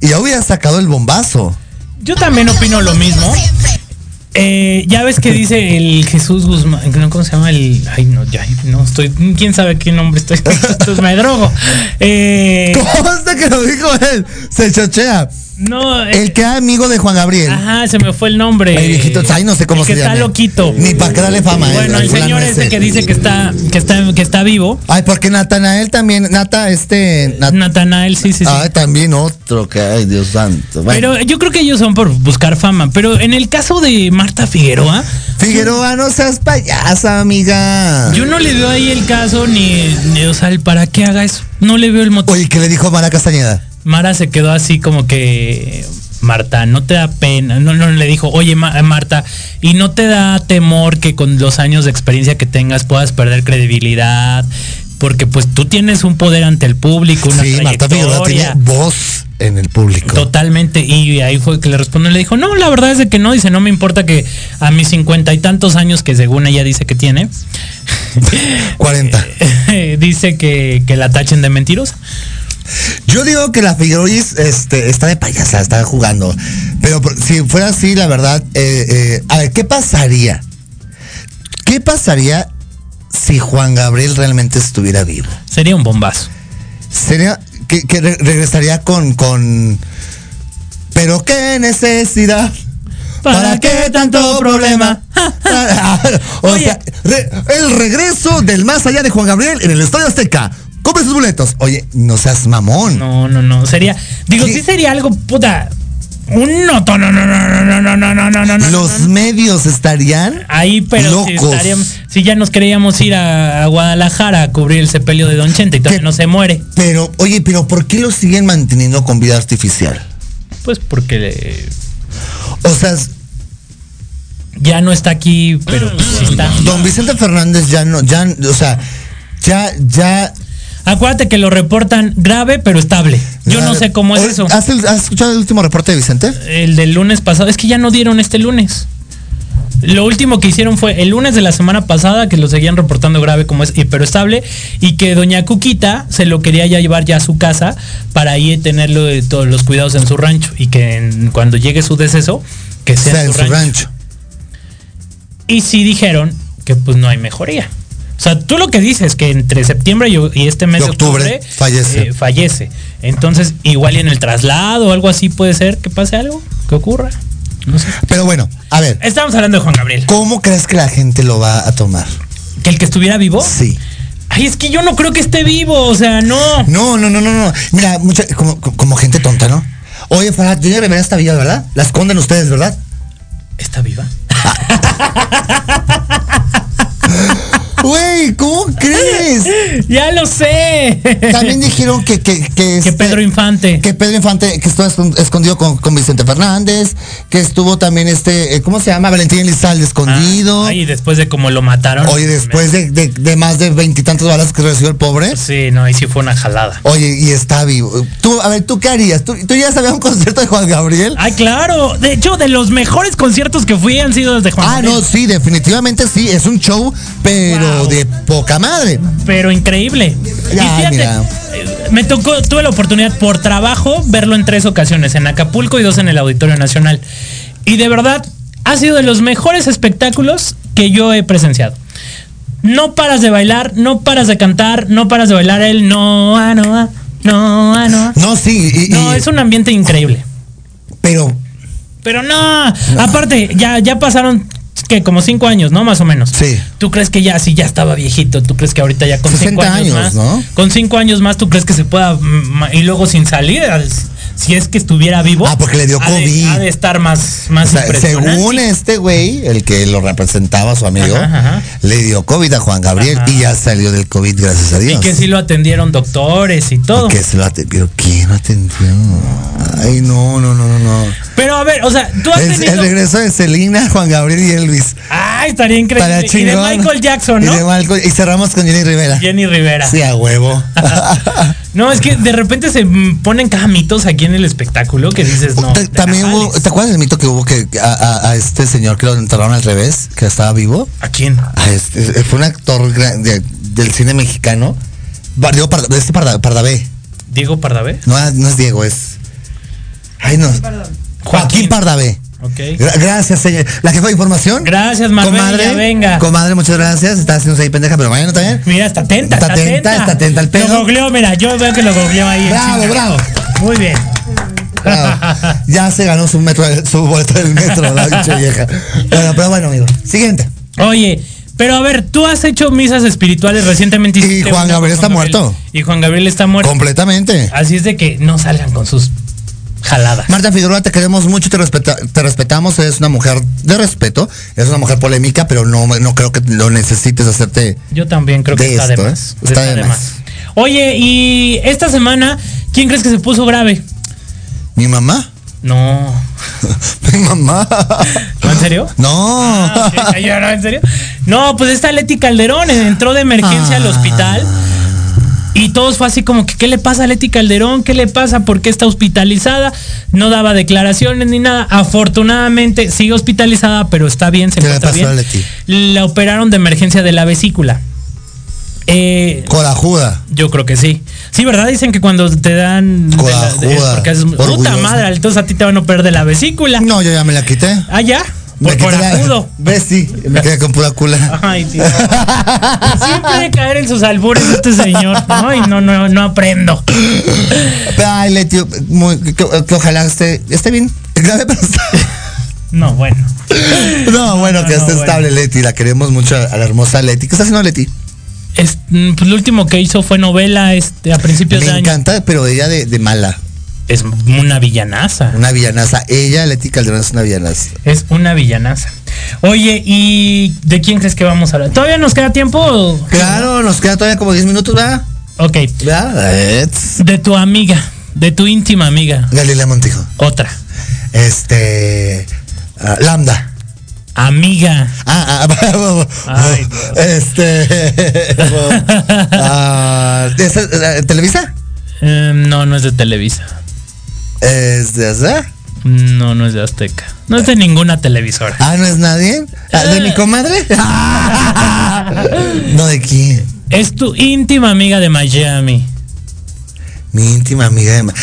S6: y ya hubiera sacado el bombazo.
S5: Yo también opino lo mismo. Eh, ya ves que dice el Jesús Guzmán, no, ¿cómo se llama? El, ay, no, ya, no estoy, quién sabe qué nombre estoy, entonces me drogo. Eh,
S6: Consta que lo dijo él, se chochea.
S5: no, eh,
S6: El que era amigo de Juan Gabriel.
S5: ajá, se me fue el nombre.
S6: El viejito, ay, no sé cómo
S5: El
S6: se
S5: que
S6: llama.
S5: está loquito.
S6: Ni para que darle fama.
S5: bueno, el
S6: fulano
S5: señor ese
S6: ese.
S5: que dice que está, que está, que está vivo.
S6: Ay, porque Natanael también, Nata, este, Nat-
S5: Natanael, sí, sí, sí.
S6: Ah, también otro que, ay, Dios santo. Bueno,
S5: Pero yo creo que ellos son por buscar fama. Pero en el caso de Marta Figueroa,
S6: Figueroa, no seas payasa, amiga.
S5: yo no le veo ahí el caso ni, ni, o sea, el para qué haga eso. No le veo el motivo.
S6: Oye, ¿qué le dijo Mara Castañeda?
S5: Mara se quedó así como que Marta, no te da pena, no, no le dijo, oye Ma- eh, Marta, y no te da temor que con los años de experiencia que tengas puedas perder credibilidad, porque pues tú tienes un poder ante el público, una
S6: Sí, Marta Figueroa tiene
S5: trayectoria.
S6: voz en el público.
S5: Totalmente, y ahí fue que le respondió, le dijo, no, la verdad es de que no, dice, no me importa que a mis cincuenta y tantos años que según ella dice que tiene,
S6: 40.
S5: dice que, que la tachen de mentirosa.
S6: Yo digo que la Figueroa es, este, está de payasa, está jugando. Pero por- si fuera así, la verdad, eh, eh, a ver, ¿qué pasaría? ¿Qué pasaría si Juan Gabriel realmente estuviera vivo?
S5: Sería un bombazo.
S6: Sería que, que re- regresaría con, con. Pero qué necesidad. ¿Para qué tanto problema? Ah, o
S5: Oye.
S6: sea, re- el regreso del más allá de Juan Gabriel en el Estadio Azteca. Compre sus boletos. Oye, no seas mamón.
S5: No, no, no. Sería. Digo,
S6: ¿Qué?
S5: sí sería algo, puta. Un noto, no, no, no, no, no, no, no, no, no, no, no.
S6: Los medios estarían.
S5: Ahí, pero si,
S6: locos.
S5: estaríamos- si ya nos queríamos ir a, a Guadalajara a cubrir el sepelio de Don Chente y todavía
S6: ¿Qué?
S5: no se muere.
S6: Pero, oye, pero ¿por qué lo siguen manteniendo con vida artificial?
S5: Pues porque eh,
S6: O sea, s-
S5: ya no está aquí, pero pues, sí está.
S6: don Vicente Fernández ya no, ya, o sea, ya, ya.
S5: Acuérdate que lo reportan grave, pero estable. Yo no sé cómo es
S6: Oye,
S5: eso.
S6: ¿Has, has escuchado el último reporte de Vicente?
S5: El del lunes pasado. Es que ya no dieron este lunes. Lo último que hicieron fue el lunes de la semana pasada que lo seguían reportando grave como es, y- pero estable, y que doña Cuquita se lo quería ya llevar ya a su casa para ahí tenerlo de todos los cuidados en su rancho y que en- cuando llegue su deceso, que
S6: O
S5: sea,
S6: sea,
S5: en su, rancho.
S6: rancho.
S5: Y sí dijeron que pues no hay mejoría. O sea, tú lo que dices que entre septiembre y, y este mes
S6: De octubre, fallece.
S5: eh, fallece. Entonces, igual y en el traslado o algo así puede ser que pase algo, que ocurra. No sé.
S6: Pero bueno, a ver,
S5: Estamos hablando de Juan Gabriel.
S6: ¿cómo crees que la gente lo va a tomar?
S5: ¿Que el que estuviera vivo?
S6: Sí.
S5: Ay, es que yo no creo que esté vivo, o sea, no.
S6: No, no, no, no, no. Mira, mucha, como, como gente tonta, ¿no? Oye, Farad, yo ya revelé esta villa, ¿verdad? La esconden ustedes, ¿verdad?
S5: ¿Está viva?
S6: Güey, ¿cómo crees?
S5: ¡Ya lo sé!
S6: También dijeron que, que, que,
S5: que
S6: este-
S5: Pedro Infante.
S6: que Pedro Infante, que estuvo escon- escondido con, con Vicente Fernández, que estuvo también este, eh, ¿cómo se llama? Valentín Elizalde escondido.
S5: Ah, Ay, después de cómo lo mataron.
S6: Oye, después de, de- de más de veintitantos balas que recibió el pobre.
S5: Sí, no, ahí sí fue una jalada.
S6: Oye, y está vivo. Tú, a ver, ¿tú qué harías? ¿Tú, tú ya sabías un concierto de Juan Gabriel?
S5: Ay, Ah, claro. De hecho, de los mejores conciertos que fui han sido desde Juan
S6: Ah,
S5: Gabriel.
S6: no, sí, definitivamente sí, es un show, pero
S5: Wow.
S6: de poca madre.
S5: Pero increíble. y
S6: Ya,
S5: fíjate,
S6: mira.
S5: eh, me tocó, tuve la oportunidad por trabajo verlo en tres ocasiones, en Acapulco y dos en el Auditorio Nacional. Y de verdad, ha sido de los mejores espectáculos que yo he presenciado. No paras de bailar, no paras de cantar, no paras de bailar el no, ah, no, ah, no, ah, no. ah.
S6: No, sí, y, y-
S5: No, es un ambiente increíble.
S6: pero
S5: Pero no, aparte, ya, ya pasaron que como cinco años, ¿no? Más o menos.
S6: Sí.
S5: ¿Tú crees que ya, si ya estaba viejito, tú crees que ahorita ya con
S6: 60
S5: cinco años,
S6: años,
S5: más,
S6: ¿no?
S5: con cinco años más, tú crees que se pueda mm, ma- y luego sin salir, al- si es que estuviera vivo?
S6: Ah, porque le dio
S5: ha de-
S6: COVID.
S5: ha de estar más,
S6: o
S5: más
S6: sea,
S5: impresionante.
S6: según este güey, el que lo representaba su amigo,
S5: Ajá, ajá.
S6: le dio COVID a Juan Gabriel
S5: Ajá.
S6: y ya salió del COVID, gracias a Dios.
S5: Y que sí lo atendieron doctores y todo.
S6: Que se lo atendió. ¿Quién atendió? Ay, no, no, no, no, no.
S5: Pero a ver, o sea, tú has
S6: El, el
S5: tenido.
S6: regreso de Selena, Juan Gabriel y Elvis.
S5: Ay, estaría increíble.
S6: Para
S5: Y de
S6: chingón.
S5: Michael Jackson,
S6: Y, de
S5: ¿no?
S6: Michael- y cerramos con Jenny Rivera.
S5: Jenny Rivera.
S6: Sí, a huevo.
S5: No, es que de repente se mm, ponen cada mitos aquí en el espectáculo que dices, no.
S6: Ta-
S5: te la
S6: También hubo,
S5: vales.
S6: ¿te acuerdas del mito que hubo que a, a- a este señor que lo enterraron al revés, que estaba vivo?
S5: ¿A quién?
S6: Ah, este, fue un actor gran- de- del cine mexicano. Bar- Digo, Parda- este Parda- Pardavé.
S5: ¿Diego Pardavé?
S6: No, no es Diego, es. Ay, no. Joaquín, Pardavé.
S5: Ok.
S6: Gra- gracias, señor. La jefa de información.
S5: Gracias, Marvel, ya venga.
S6: Comadre, muchas gracias. Estás haciéndose ahí pendeja, pero mañana también.
S5: Mira, está atenta.
S6: Está
S5: Está,
S6: atenta,
S5: atenta,
S6: está atenta al pedo.
S5: Lo googleó, mira, yo veo que lo googleó ahí. en
S6: Bravo,
S5: chinga.
S6: bravo.
S5: Muy bien.
S6: Bravo. Ya se ganó su metro, su boleto del metro, la pinche vieja. Bueno, pero bueno, amigo. Siguiente.
S5: Oye, pero a ver, tú has hecho misas espirituales recientemente.
S6: Y
S5: hiciste
S6: Juan
S5: una
S6: Gabriel
S5: con
S6: está muerto.
S5: Y Juan Gabriel está muerto.
S6: Completamente.
S5: Así es de que no salgan con sus jaladas.
S6: Marta Figueroa, te queremos mucho, te, respeta- te respetamos, eres una mujer de respeto, eres una mujer polémica, pero no, no creo que lo necesites hacerte.
S5: Yo también creo
S6: De
S5: que está
S6: esto,
S5: de más.
S6: ¿eh? Está de más.
S5: Oye, y esta semana, ¿quién crees que se puso grave?
S6: ¿Mi mamá?
S5: No.
S6: ¿Mi mamá?
S5: ¿No, en serio?
S6: No.
S5: Ah, ok. Ay, yo, no, ¿en serio? No, pues esta Leti Calderón entró de emergencia al hospital. Y todos fue así como que, ¿qué le pasa a Leti Calderón? ¿Qué le pasa? ¿Por qué está hospitalizada? No daba declaraciones ni nada. Afortunadamente sigue hospitalizada, pero está bien, se
S6: ¿Qué le
S5: encuentra
S6: pasó a
S5: bien.
S6: Leti?
S5: La operaron de emergencia de la vesícula. Eh,
S6: Corajuda.
S5: yo creo que sí. Sí, ¿verdad? Dicen que cuando te dan... de la- de-
S6: Corajuda,
S5: porque haces- puta
S6: orgullosa.
S5: madre, entonces a ti te van a operar de la vesícula.
S6: No, yo ya me la quité.
S5: Ah, ya. Por
S6: quité la-
S5: corajudo.
S6: ¿Ves? Sí, me quedé con pura cula.
S5: Ay, tío. Siempre de caer en sus albures este señor. Ay, no, no, no aprendo.
S6: Ay, Leti, muy- que, que ojalá esté, esté bien. Grave, pero está-
S5: No, bueno.
S6: No, bueno,
S5: No,
S6: que
S5: no,
S6: esté
S5: bueno.
S6: estable Leti, la queremos mucho a la hermosa Leti. ¿Qué está haciendo Leti?
S5: Es, mm, pues, lo último que hizo fue novela este, a principios
S6: Me
S5: de año.
S6: encanta, pero ella de, de mala,
S5: Es una villanaza.
S6: una villanaza. Ella, Leti Calderón, es una villanaza.
S5: Es una villanaza. Oye, ¿y de quién crees que vamos a hablar? ¿Todavía nos queda tiempo?
S6: Claro, nos queda todavía como 10 minutos, ¿verdad?
S5: Ok.
S6: ¿Verdad? Ets.
S5: De tu amiga, de tu íntima amiga.
S6: Galilea Montijo.
S5: Otra.
S6: Este. ah, Lambda.
S5: Amiga.
S6: Ah, ah,
S5: Ay, Dios.
S6: este. ah, ¿es, eh, ¿Televisa?
S5: Eh, no, no es de Televisa.
S6: ¿Es de Azteca?
S5: No, no es de Azteca. No es de ninguna televisora.
S6: Ah, ¿no es nadie? Ah, ¿De mi comadre? no, ¿de quién?
S5: Es tu íntima amiga de Miami.
S6: Mi íntima amiga de... ma-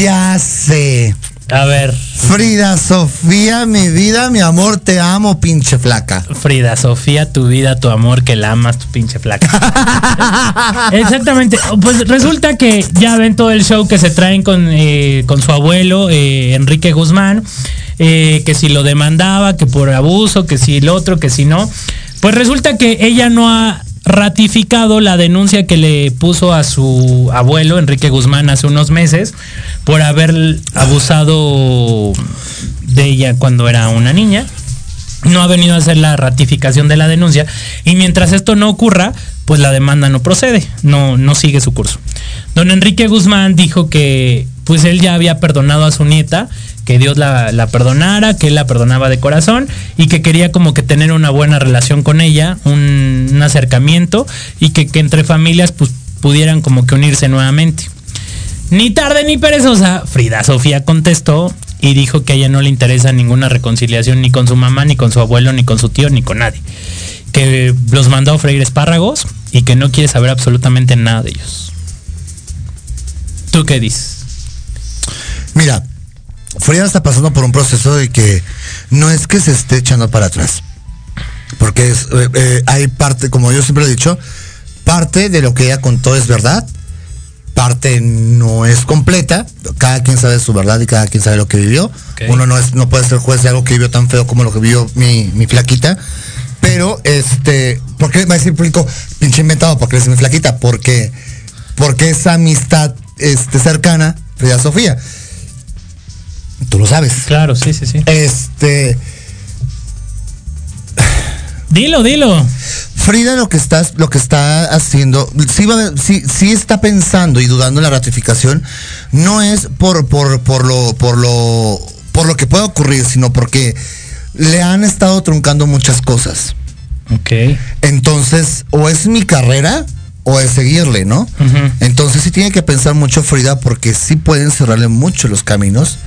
S6: Ya sé.
S5: A ver,
S6: Frida Sofía, mi vida, mi amor, te amo, pinche flaca.
S5: Frida Sofía, tu vida, tu amor, que la amas, tu pinche placa. Exactamente. Pues resulta que ya ven todo el show que se traen con, eh, con su abuelo, eh, Enrique Guzmán, eh, que si lo demandaba, que por abuso, que si el otro, que si no. Pues resulta que ella no ha ratificado la denuncia que le puso a su abuelo, Enrique Guzmán, hace unos meses, por haber abusado de ella cuando era una niña no ha venido a hacer la ratificación de la denuncia y mientras esto no ocurra, pues la demanda no procede, no, no sigue su curso. Don Enrique Guzmán dijo que pues él ya había perdonado a su nieta, que Dios la, la perdonara, que él la perdonaba de corazón y que quería como que tener una buena relación con ella, un, un acercamiento y que, que entre familias pues, pudieran como que unirse nuevamente. Ni tarde ni perezosa, Frida Sofía contestó y dijo que a ella no le interesa ninguna reconciliación ni con su mamá, ni con su abuelo, ni con su tío, ni con nadie. Que los mandó a freír espárragos y que no quiere saber absolutamente nada de ellos. ¿Tú qué dices?
S6: Mira, Frida está pasando por un proceso de que no es que se esté echando para atrás. Porque es, eh, eh, hay parte, como yo siempre he dicho, parte de lo que ella contó es verdad, parte no es completa, cada quien sabe su verdad y cada quien sabe lo que vivió. Uno no, es, no puede ser juez de algo que vivió tan feo como lo que vivió mi, mi flaquita. Pero, este, ¿por qué va a decir el público, pinche inventado, porque es mi flaquita? Porque, porque esa amistad este, cercana, Frida Sofía. Tú lo sabes.
S5: Claro, sí, sí, sí.
S6: Este,
S5: Dilo, dilo.
S6: Frida lo que está, lo que está haciendo, sí, va, sí, sí está pensando y dudando en la ratificación, no es por, por, por lo, por lo, por lo que pueda ocurrir, sino porque le han estado truncando muchas cosas.
S5: Ok.
S6: Entonces, o es mi carrera o es seguirle, ¿no?
S5: Ujú.
S6: Entonces sí tiene que pensar mucho Frida porque sí pueden cerrarle mucho los caminos,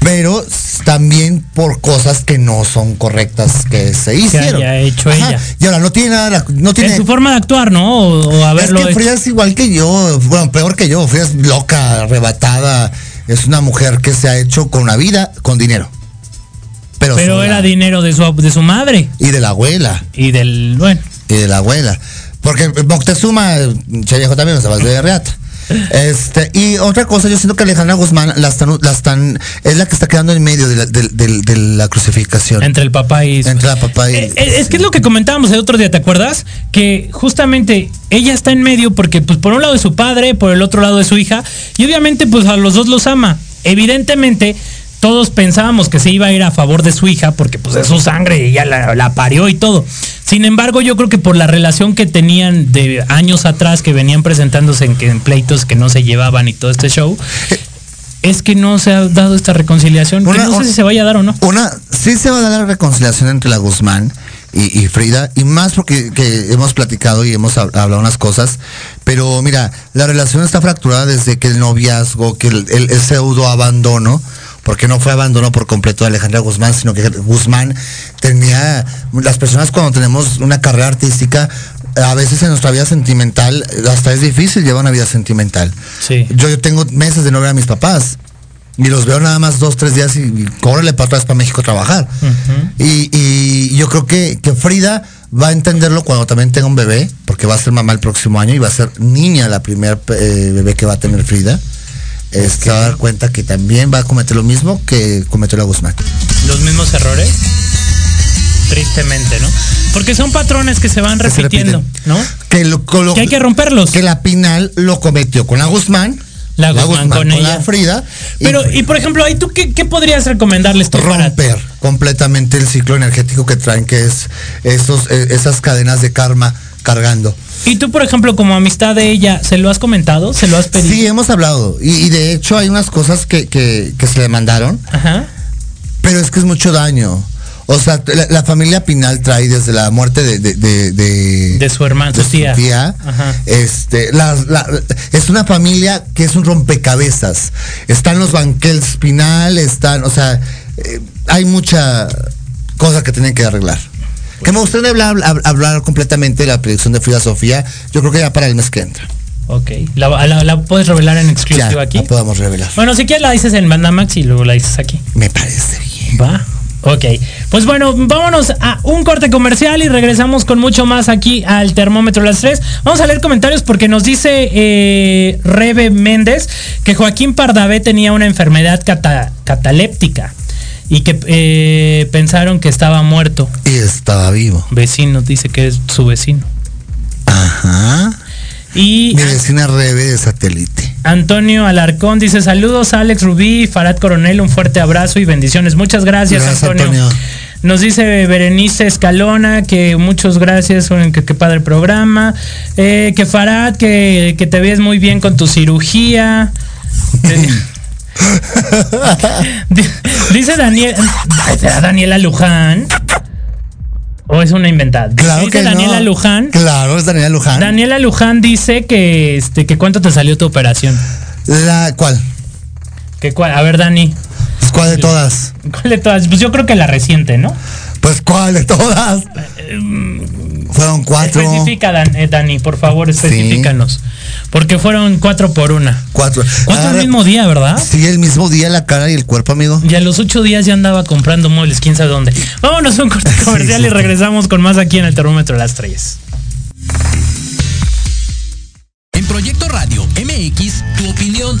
S6: pero también por cosas que no son correctas que se hicieron.
S5: haya hecho ella.
S6: Y ahora no tiene nada, no tiene
S5: Es su forma de actuar, ¿no? O, o haberlo
S6: es que
S5: hecho.
S6: Frida es igual que yo, bueno, peor que yo. Frida es loca, arrebatada. Es una mujer que se ha hecho con la vida, con dinero. Pero,
S5: Pero
S6: sola.
S5: era dinero de su, de su madre
S6: Y de la abuela,
S5: y del. Bueno,
S6: y de la abuela. Porque Moctezuma, che viejo también, o sea, vas de reata. Este, y otra cosa, yo siento que Alejandra Guzmán la están, la están, es la que está quedando en medio de la, del- del- de la crucificación.
S5: entre el papá y. su-
S6: Entre la papá y.
S5: Eh, eh, es que es lo que comentábamos el otro día, ¿te acuerdas? Que justamente ella está en medio porque, pues, por un lado es su padre, por el otro lado es su hija, y obviamente, pues, a los dos los ama. Evidentemente, todos pensábamos que se iba a ir a favor de su hija porque, pues, es su sangre y ella la, la parió y todo. Sin embargo, yo creo que por la relación que tenían de años atrás, que venían presentándose en, que- en pleitos que no se llevaban y todo este show, es que no se ha dado esta reconciliación. que
S6: Una-
S5: no sé
S6: un-
S5: si se vaya a dar o no.
S6: Una, sí se va a dar la reconciliación entre la Guzmán y, y Frida, y más porque que hemos platicado y hemos hab- hablado unas cosas, pero mira, la relación está fracturada desde que el noviazgo, que el, el- el pseudo abandono, porque no fue abandono por completo de Alejandra Guzmán, sino que Guzmán tenía, las personas cuando tenemos una carrera artística, a veces en nuestra vida sentimental, hasta es difícil llevar una vida sentimental.
S5: Sí.
S6: Yo, yo tengo meses de no ver a mis papás. Y los veo nada más dos, tres días y, y córrele para atrás para México a trabajar. y, y yo creo que, que Frida va a entenderlo cuando también tenga un bebé, porque va a ser mamá el próximo año y va a ser niña la primera bebé que va a tener Frida. Es que va a dar cuenta que también va a cometer lo mismo que cometió la Guzmán.
S5: los mismos errores. Tristemente, ¿no? Porque son patrones que se van
S6: Que se
S5: repitiendo,
S6: repiten.
S5: ¿no?
S6: Que, lo- con lo-
S5: Que hay que romperlos.
S6: que la Pinal lo cometió con la Guzmán.
S5: La Guzmán con ella.
S6: la Frida. y
S5: Pero, y por ejemplo, ahí tú, ¿qué, qué podrías este recomendarles tú para-
S6: romper completamente el ciclo energético que traen, que es esos, eh, esas cadenas de karma cargando.
S5: Y tú, por ejemplo, como amistad de ella, ¿se lo has comentado? ¿Se lo has pedido?
S6: Sí, hemos hablado. Y, y de hecho hay unas cosas que, que- que se le mandaron,
S5: Ajá.
S6: pero es que es mucho daño. O sea, la, la familia Pinal trae desde la muerte de... De, de- de-
S5: De su hermana,
S6: de
S5: su tía. Ajá.
S6: Este, las- la- es una familia que es un rompecabezas. Están los banquels Pinal, están, o sea, eh, hay mucha cosa que tienen que arreglar. Que me gustaría hablar, hab- hablar completamente de la predicción de Frida Sofía. Yo creo que ya para el mes que entra.
S5: Ok. ¿La, la- la puedes revelar en exclusiva
S6: Ya,
S5: aquí?
S6: la podamos revelar.
S5: Bueno, si quieres la dices en Bandamax y luego la dices aquí.
S6: Me parece bien.
S5: Va. Ok. Pues bueno, vámonos a un corte comercial y regresamos con mucho más aquí al termómetro de las 3. Vamos a leer comentarios porque nos dice eh, Rebe Méndez que Joaquín Pardavé tenía una enfermedad cata- cataléptica y que eh, pensaron que estaba muerto.
S6: Y estaba vivo.
S5: Vecino, dice que es su vecino.
S6: Ajá.
S5: Y
S6: Mi vecina Rebe de satélite.
S5: Antonio Alarcón dice saludos a Alex Rubí, Farad Coronel, un fuerte abrazo y bendiciones. Muchas gracias,
S6: Gracias,
S5: Antonio.
S6: Antonio.
S5: Nos dice Berenice Escalona que muchas gracias, un- que, que padre programa. Eh, que Farad, que, que te ves muy bien con tu cirugía. Di- Dice Daniel, ¿será Daniela Luján? ¿O es una inventada?
S6: Claro
S5: dice
S6: que
S5: Daniela
S6: no.
S5: Luján.
S6: Claro, es Daniela Luján.
S5: Daniela Luján dice que, este, que cuánto te salió tu operación.
S6: La, ¿Cuál?
S5: ¿Qué cuál? A ver, Dani.
S6: Pues, ¿Cuál de todas?
S5: ¿Cuál de todas? Pues yo creo que la reciente, ¿no?
S6: Pues ¿cuál de todas?
S5: Eh,
S6: Fueron cuatro.
S5: Especifica, Dan- eh, Dani, por favor, especifícanos. Porque fueron cuatro por una.
S6: Cuatro.
S5: Cuatro
S6: Ah,
S5: el mismo día, ¿verdad?
S6: Sí, el mismo día la cara y el cuerpo, amigo.
S5: Y a los ocho días ya andaba comprando muebles, quién sabe dónde. Vámonos a un corte comercial
S6: sí.
S5: y regresamos con más aquí en el termómetro de las estrellas.
S1: En Proyecto Radio MX MX, tu opinión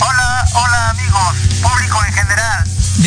S9: Hola, hola amigos, público en general.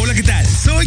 S10: Hola, ¿qué tal? Soy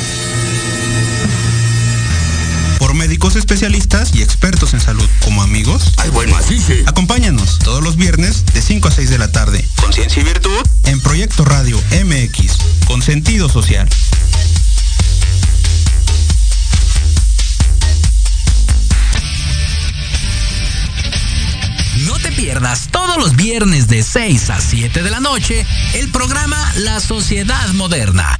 S11: Por médicos especialistas y expertos en salud como amigos.
S2: Ay, bueno, así sí.
S11: Acompáñanos todos los viernes de 5 a 6 de la tarde
S2: Conciencia y virtud.
S11: en Proyecto Radio MX con sentido social.
S1: No te pierdas todos los viernes de 6 a 7 de la noche el programa La Sociedad Moderna,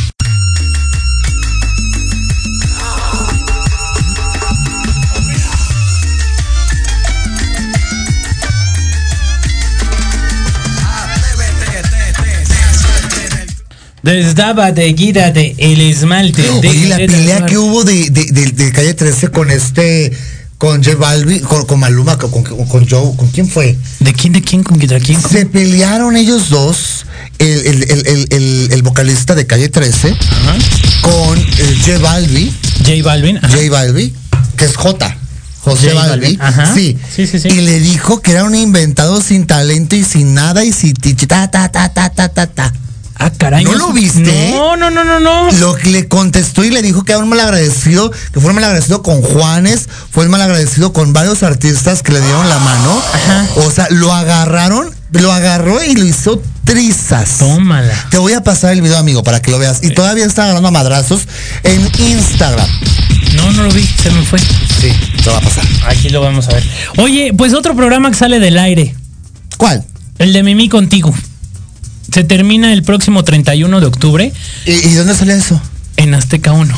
S5: Desdaba de guida de el esmalte.
S6: Oye,
S5: de-
S6: la
S5: de-
S6: pelea
S5: de-
S6: que hubo de, de- de- de calle 13 con este, con J Balvin, con, con Maluma, con, con- con Joe, ¿con quién fue?
S5: ¿De quién, de quién, con quién, de quién?
S6: Se pelearon ellos dos, el, el- el- el- el- el vocalista de calle 13, con eh, J Balvin.
S5: J Balvin. ajá.
S6: J Balbi, que es J. José
S5: J
S6: Balbi.
S5: Balvin, ajá.
S6: Sí.
S5: Sí, sí, sí.
S6: Y le dijo que era un inventado sin talento y sin nada y sin tichi- ta, ta, ta, ta, ta, ta, ta.
S5: Ah, caray.
S6: ¿No lo viste?
S5: No, no, no, no, no.
S6: Lo que le contestó y le dijo que era un malagradecido, que fue un malagradecido con Juanes, fue un malagradecido con varios artistas que le dieron la mano. O sea, lo agarraron, lo agarró y lo hizo trizas.
S5: Tómala.
S6: Te voy a pasar el video, amigo, para que lo veas. Y todavía está agarrando a madrazos en Instagram.
S5: No, no lo vi. Se me fue.
S6: Sí, te va a pasar.
S5: Aquí lo vamos a ver. Oye, pues otro programa que sale del aire.
S6: ¿Cuál?
S5: El de Mimi Contigo. Se termina el próximo 31 de octubre
S6: ¿Y, y dónde sale eso?
S5: en Azteca 1.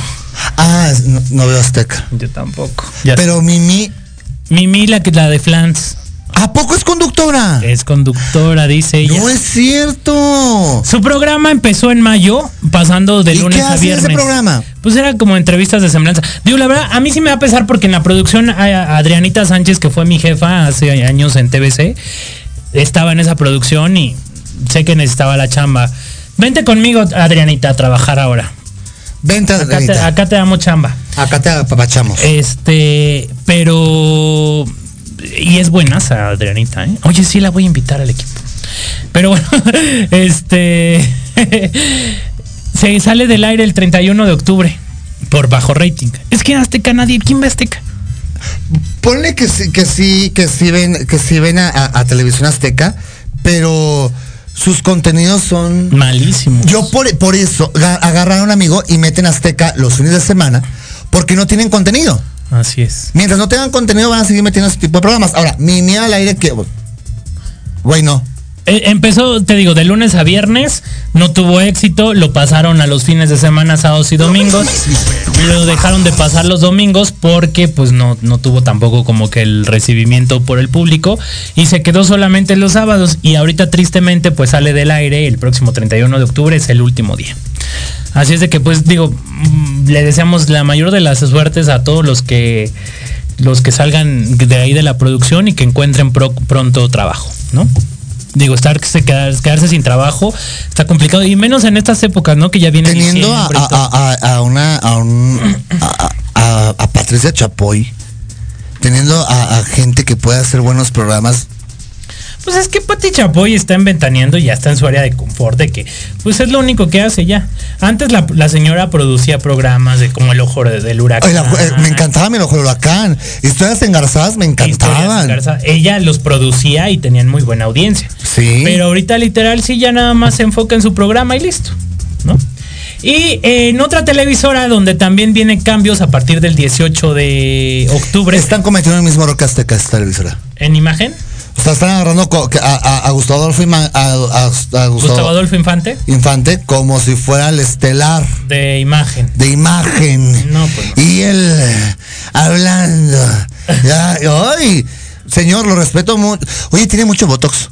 S6: Ah, es- no, no veo Azteca.
S5: Yo tampoco.
S6: Pero Mimi,
S5: Mimi, la, que- la de Flans,
S6: ¿a poco es conductora?
S5: es conductora, dice ella.
S6: No es cierto.
S5: Su programa empezó en mayo, pasando de
S6: ¿Y
S5: lunes
S6: qué
S5: a
S6: hace
S5: viernes.
S6: ese programa?
S5: Pues era como entrevistas de semblanza. Digo, la verdad, a mí sí me va a pesar porque en la producción a- a Adrianita Sánchez, que fue mi jefa hace años en TBC, estaba en esa producción y sé que necesitaba la chamba. Vente conmigo, Adrianita, a trabajar ahora.
S6: Vente,
S5: Acá te,
S6: Adrianita.
S5: acá te Eh. damos chamba.
S6: Acá te apapachamos.
S5: Este, pero. Y es buenaza, Adrianita, ¿eh? Oye, sí la voy a invitar al equipo. Pero bueno, este. se sale del aire el 31 de octubre. Por bajo rating. Es que en Azteca nadie. ¿Quién ve Azteca?
S6: Ponle que sí, que sí, que sí ven, que sí ven a, a- a televisión azteca, pero sus contenidos son.
S5: Malísimo.
S6: Yo por, por eso ga- agarran a un amigo y meten azteca los fines de semana, porque no tienen contenido.
S5: Así es.
S6: Mientras no tengan contenido van a seguir metiendo ese tipo de programas. Ahora, mi miedo al aire que. Güey, no.
S5: eh, empezó, te digo, de lunes a viernes, no tuvo éxito, lo pasaron a los fines de semana, sábados y domingos, lo dejaron de pasar los domingos porque pues no, no tuvo tampoco como que el recibimiento por el público y se quedó solamente los sábados y ahorita tristemente pues sale del aire el próximo 31 de octubre, es el último día. Así es de que pues digo, mm, le deseamos la mayor de las suertes a todos los que los que salgan de ahí de la producción y que encuentren pro- pronto trabajo, ¿no? Digo, estar quedarse, quedarse sin trabajo está complicado y menos en estas épocas, ¿no? Que ya vienen
S6: Teniendo a,
S5: diciembre y todo.
S6: a- a- a una, a un, a, a- a Patricia Chapoy, teniendo a, a gente que puede hacer buenos programas,
S5: Pues es que Pati Chapoy está en ventaneando y ya está en su área de confort de que pues es lo único que hace ya. Antes la, la señora producía programas de como el ojo de- del huracán.
S6: Ay, la- eh, me encantaba mi ojo del huracán. Historias engarzadas me encantaban.
S5: Garza, Ella los producía y tenían muy buena audiencia.
S6: Sí.
S5: Pero ahorita literal sí ya nada más se enfoca en su programa y listo, ¿no? Y eh, en otra televisora donde también vienen cambios a partir del 18 de octubre
S6: Están cometiendo el mismo error que Azteca esta televisora.
S5: en imagen,
S6: O sea, están agarrando co- que a, a- a Gustavo Adolfo, Ima- a, a- a Gustavo
S5: Gustavo Adolfo Infante
S6: Infante como si fuera el estelar
S5: de imagen.
S6: de imagen.
S5: No, pues no.
S6: Y él eh, hablando. Ya, ay, señor, lo respeto mucho. Oye, tiene mucho botox.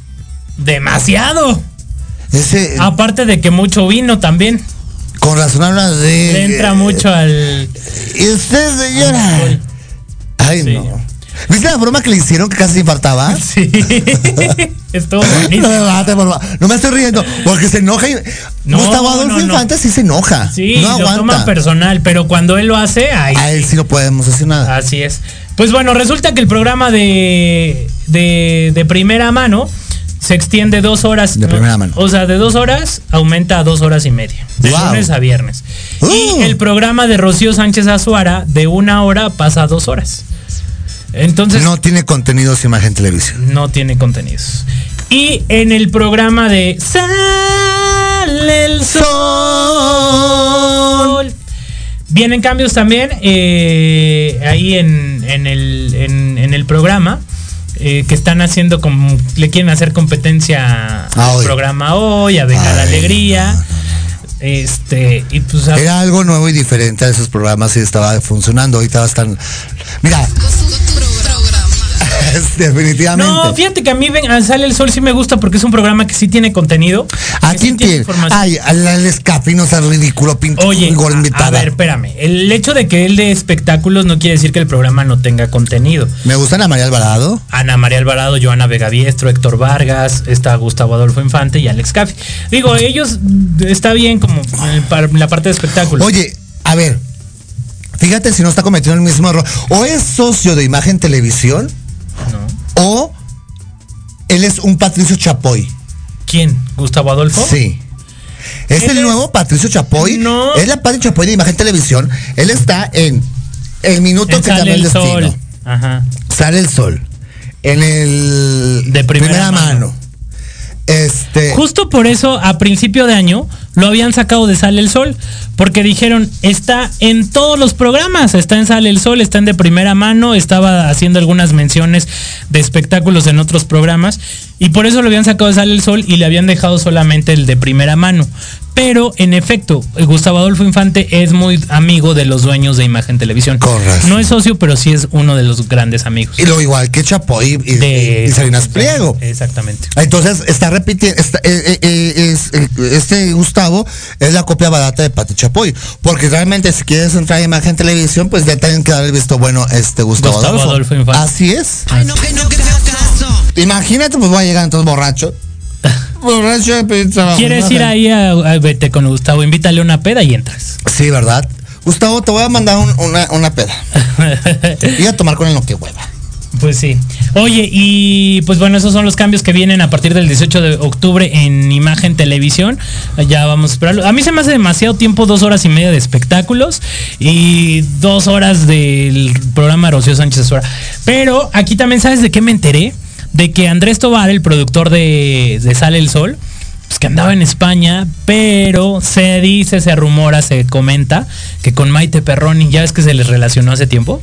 S5: Demasiado.
S6: Ese,
S5: Aparte de que mucho vino también.
S6: con razón habla de.
S5: Le entra mucho al.
S6: Y usted, señora. Ay, no. ¿Viste la broma que le hicieron que casi se infartaba?
S5: Sí. Estuvo
S6: No me
S5: buenísimo.
S6: mate, por favor. No me estoy riendo. Porque se enoja. y-
S5: No,
S6: Gustavo
S5: no,
S6: Adolfo
S5: no.
S6: Infante sí se enoja.
S5: Sí,
S6: no
S5: lo toma
S6: aguanta.
S5: personal, pero cuando él lo hace, ahí
S6: A él sí lo podemos hacer nada.
S5: Así es. Pues bueno, resulta que el programa de, de, de primera mano se extiende dos horas.
S6: De
S5: ¿no?
S6: primera mano.
S5: O sea, de dos horas aumenta a dos horas y media. De
S6: Wow.
S5: lunes a viernes.
S6: Uh.
S5: Y el programa de Rocío Sánchez Azuara de una hora pasa a dos horas. Entonces no,
S6: no tiene contenidos imagen televisión.
S5: tiene contenidos. Y en el programa de Sale el Sol. Vienen cambios también eh, ahí en, en el, en- en el programa. eh, que están haciendo como le quieren hacer competencia
S6: Ah,
S5: al
S6: hoy.
S5: programa hoy, a Venga la
S6: Ay,
S5: Alegría. Este, y pues a-
S6: Era algo nuevo y diferente a esos programas y estaba funcionando. Ahorita están. Mira. Definitivamente.
S5: No, fíjate que a mí ven, a Sale el Sol sí me gusta porque es un programa que sí tiene contenido.
S6: ¿A
S5: que sí
S6: quién Ah, tiene?
S5: información.
S6: Ay, al, al escape, no seas ridículo, pinche
S5: Oye,
S6: gorda
S5: a, a
S6: invitada.
S5: ver, espérame. El hecho de que él de espectáculos no quiere decir que el programa no tenga contenido.
S6: Me gusta Ana María Alvarado.
S5: Ana María Alvarado, Joana Vega Diestro, Héctor Vargas, está Gustavo Adolfo Infante y Alex Caffi. Digo, ellos mm, está bien como en el par- en la parte de espectáculos.
S6: Oye, a ver, fíjate si no está cometiendo el mismo error. O es socio de imagen televisión,
S5: No.
S6: o él es un Patricio Chapoy.
S5: ¿Quién? ¿Gustavo Adolfo?
S6: Sí. Es
S5: Él
S6: el
S5: es-
S6: nuevo Patricio Chapoy.
S5: No.
S6: Es la Patricio Chapoy de Imagen Televisión. Él está en El Minuto
S5: En
S6: que cambió
S5: Sale
S6: el
S5: el
S6: destino.
S5: Sol. Ajá.
S6: Sale el sol. En el.
S5: De primera mano.
S6: Este.
S5: Justo por eso, a principio de año, lo habían sacado de Sale el Sol, porque dijeron, está en todos los programas, está en Sale el Sol, está en de primera mano, estaba haciendo algunas menciones de espectáculos en otros programas, y por eso lo habían sacado de Sale el Sol y le habían dejado solamente el de primera mano. Pero, en efecto, Gustavo Adolfo Infante es muy amigo de los dueños de Imagen Televisión.
S6: Con razón.
S5: No es socio, pero sí es uno de los grandes amigos.
S6: y lo igual que Chapoy y,
S5: de
S6: y Salinas Pliego.
S5: Exactamente.
S6: Entonces está repitiendo, está- eh, eh, eh, es, eh, este Gustavo es la copia barata de Pati Chapoy, porque realmente si quieres entrar a imagen televisión, pues ya tienen que dar el visto bueno este Gustavo,
S5: Gustavo Adolfo Infante.
S6: Así es.
S7: no, que no creo caso.
S6: Imagínate, pues voy a llegar entonces borracho. borracho de pedir trabajo.
S5: ¿Quieres ir ahí a, a- vete con Gustavo? Invítale una peda y entras.
S6: Sí, ¿verdad? Gustavo, te voy a mandar un- una, una peda. Y a tomar con el no que hueva.
S5: pues sí. Oye, y pues bueno, esos son los cambios que vienen a partir del 18 de octubre en Imagen Televisión. Ya vamos a esperarlo. A mí se me hace demasiado tiempo, dos horas y media de espectáculos y dos horas del programa Rocío Sánchez Azuara. Pero aquí también, ¿sabes de qué me enteré? De que Andrés Tobar, el productor de, de Sale el Sol, pues que andaba en España, pero se dice, se rumora, se comenta que con Maite Perroni, ya ves que se les relacionó hace tiempo.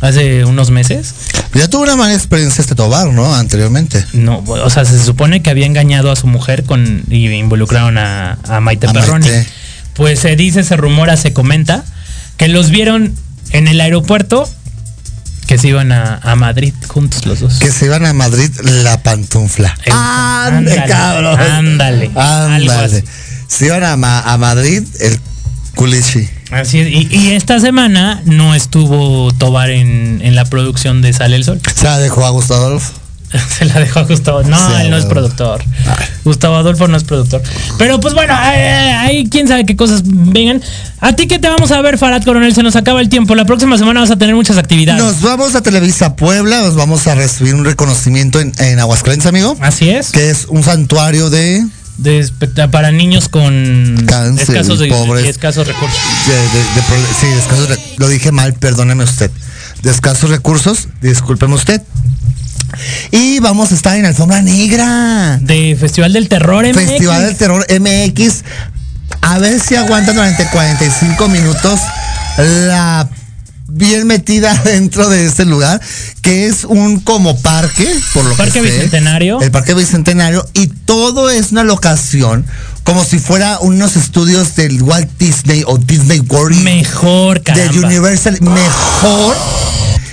S5: hace unos meses.
S6: Ya tuvo una mala experiencia este Tobar, ¿no? Anteriormente.
S5: No, o sea, se supone que había engañado a su mujer con y involucraron a, a Maite
S6: A
S5: Perroni.
S6: Maite.
S5: Pues se dice, se rumora, se comenta que los vieron en el aeropuerto que se iban a, a Madrid juntos los dos.
S6: Que se iban a Madrid la pantufla.
S5: El-
S6: Ande,
S5: ándale,
S6: cabrón.
S5: ándale, algo así.
S6: Ándale. Se iban a, Ma- a Madrid el culichi.
S5: Así es. Y, y esta semana no estuvo Tobar en, en la producción de Sale el Sol.
S6: Se la dejó a Gustavo Adolfo.
S5: Se la dejó a Gustavo. No,
S6: Sí, Ah.
S5: él no es
S6: Adolfo.
S5: productor. Gustavo Adolfo no es productor. Pero pues bueno, ahí- ahí ahí quién sabe qué cosas vengan. ¿A ti qué te vamos a ver, Farad Coronel? Se nos acaba el tiempo. La próxima semana vas a tener muchas actividades.
S6: Nos vamos a Televisa Puebla, nos vamos a recibir un reconocimiento en, en Aguascalientes, amigo.
S5: Así es.
S6: Que es un santuario de,
S5: De espect- para niños con
S6: Cáncer,
S5: escasos, de-
S6: pobres.
S5: y escasos recursos.
S6: de- de- de prole- sí, de escasos re- lo dije mal, perdóneme usted. De escasos recursos, discúlpeme usted. Y vamos a estar en Alfombra Negra.
S5: De Festival del Terror MX.
S6: Festival del Terror MX. A ver si aguantan durante 45 minutos la bien metida dentro de este lugar, que es un como parque, por lo
S5: Parque
S6: que sé.
S5: Bicentenario.
S6: El Parque Bicentenario. Y todo es una locación como si fuera unos estudios del Walt Disney o Disney World.
S5: Mejor,
S6: De
S5: caramba.
S6: Universal. Mejor.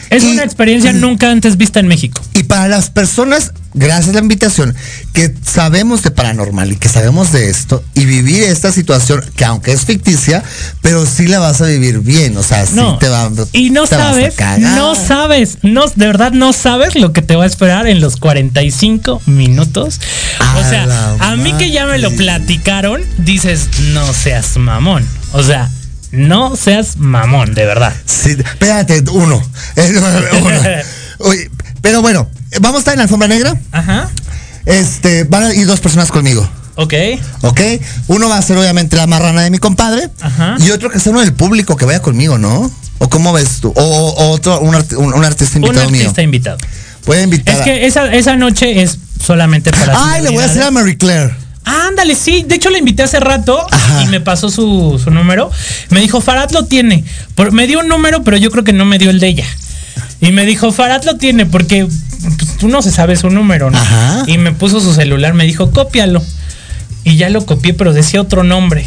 S5: Es
S6: Y-
S5: una experiencia nunca antes vista en México.
S6: y para las personas, gracias a la invitación, que sabemos de paranormal y que sabemos de esto, y vivir esta situación, que aunque es ficticia, pero sí la vas a vivir bien, o sea, sí
S5: No.
S6: te va
S5: Y no
S6: te vas a
S5: sabes,
S6: cagar. Ah.
S5: no sabes, no, de verdad no sabes lo que te va a esperar en los 45 minutos. o
S6: A
S5: sea,
S6: la
S5: a mí que ya me lo platicaron, dices, no seas mamón. O sea, no seas mamón, de verdad.
S6: Sí, espérate, uno. Uno. Oye, pero bueno, vamos a estar en la alfombra negra.
S5: Ajá.
S6: Este, van a ir dos personas conmigo.
S5: Ok.
S6: ¿Ok? Uno va a ser obviamente la marrana de mi compadre.
S5: Ajá.
S6: Y otro que sea uno del público que vaya conmigo, ¿no? ¿O cómo ves tú? O, o- o otro, un, arti- un- un artista
S5: Un
S6: invitado mío.
S5: artista invitado.
S6: Voy a invitar.
S5: Es
S6: a-
S5: que esa, esa noche es solamente para.
S6: Ay, le voy a
S5: celebridades.
S6: hacer a Mary Claire.
S5: Ándale, sí. De hecho, la invité hace rato y me pasó su, su número. Me dijo, Farad lo tiene. Por- me dio un número, pero yo creo que no me dio el de ella. Y me dijo, Farad lo tiene porque pues, tú no se sabe su número, ¿no?
S6: Ajá.
S5: Y me puso su celular, me dijo, cópialo. Y ya lo copié, pero decía otro nombre.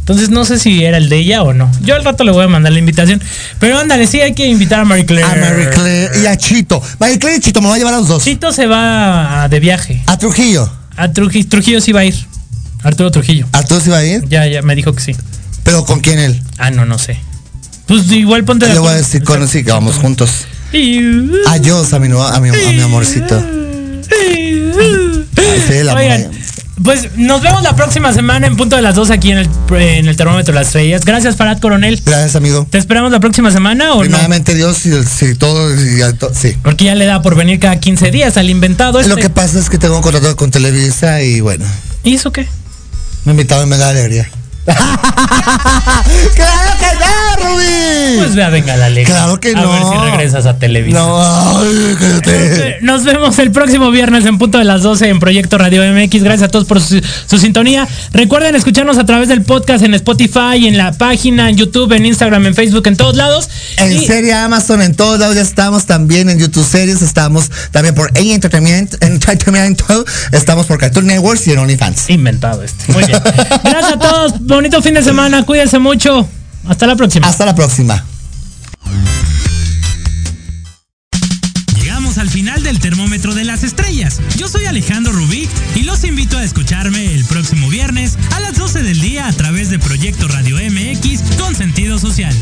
S5: Entonces no sé si era el de ella o no. Yo al rato le voy a mandar la invitación. Pero ándale, sí, hay que invitar a Mary Claire.
S6: A Mary Claire y a Chito. Mary Claire y Chito me va a llevar a los dos.
S5: Chito se va a- de viaje.
S6: A Trujillo.
S5: A Trujillo, Trujillo sí va a ir. Arturo Trujillo.
S6: ¿A todos iba a ir?
S5: Ya, ya, me dijo que sí.
S6: ¿Pero con quién él?
S5: Ah, no, no sé. Pues igual ponte de
S6: Le voy a
S5: acuerdo.
S6: decir con sí que vamos juntos.
S5: Y-
S6: Adiós a mi, nueva- a mi, a mi amorcito. Sí, la
S5: Oigan, pues nos vemos la próxima semana en punto de las 2 aquí en el, en el termómetro de las estrellas. Gracias, Farad Coronel.
S6: Gracias, amigo.
S5: ¿Te esperamos la próxima semana o no?
S6: Primeramente Dios y, el- sí, todo. y el to- sí.
S5: Porque ya le da por venir cada 15 días al inventado. Este.
S6: Lo que pasa es que tengo un contrato con Televisa y bueno,
S5: ¿Y eso qué?
S6: me invitaron y me da alegría. ¡Claro que no, Rubí!
S5: Pues vea, venga la alegría.
S6: Claro que
S5: A ver
S6: no.
S5: si regresas a Televisa.
S6: No, ay, cállate.
S5: Nos vemos el próximo viernes en punto de las 12 en Proyecto Radio MX. Gracias a todos por su, su sintonía. Recuerden escucharnos a través del podcast en Spotify, en la página, en YouTube, en Instagram, en Facebook, en todos lados.
S6: En
S5: Y-
S6: serie Amazon, en todos lados ya estamos, también en YouTube Series, estamos también por A Entertainment, Entertainment, estamos por Cartoon Networks y en OnlyFans.
S5: Inventado este. Muy bien. Gracias a todos. Bonito fin de semana. Cuídense mucho. Hasta la próxima.
S6: Hasta la próxima.
S3: Llegamos al final del termómetro de las estrellas. Yo soy Alejandro Rubí y los invito a escucharme el próximo viernes a las 12 del día a través de Proyecto Radio MX con sentido social.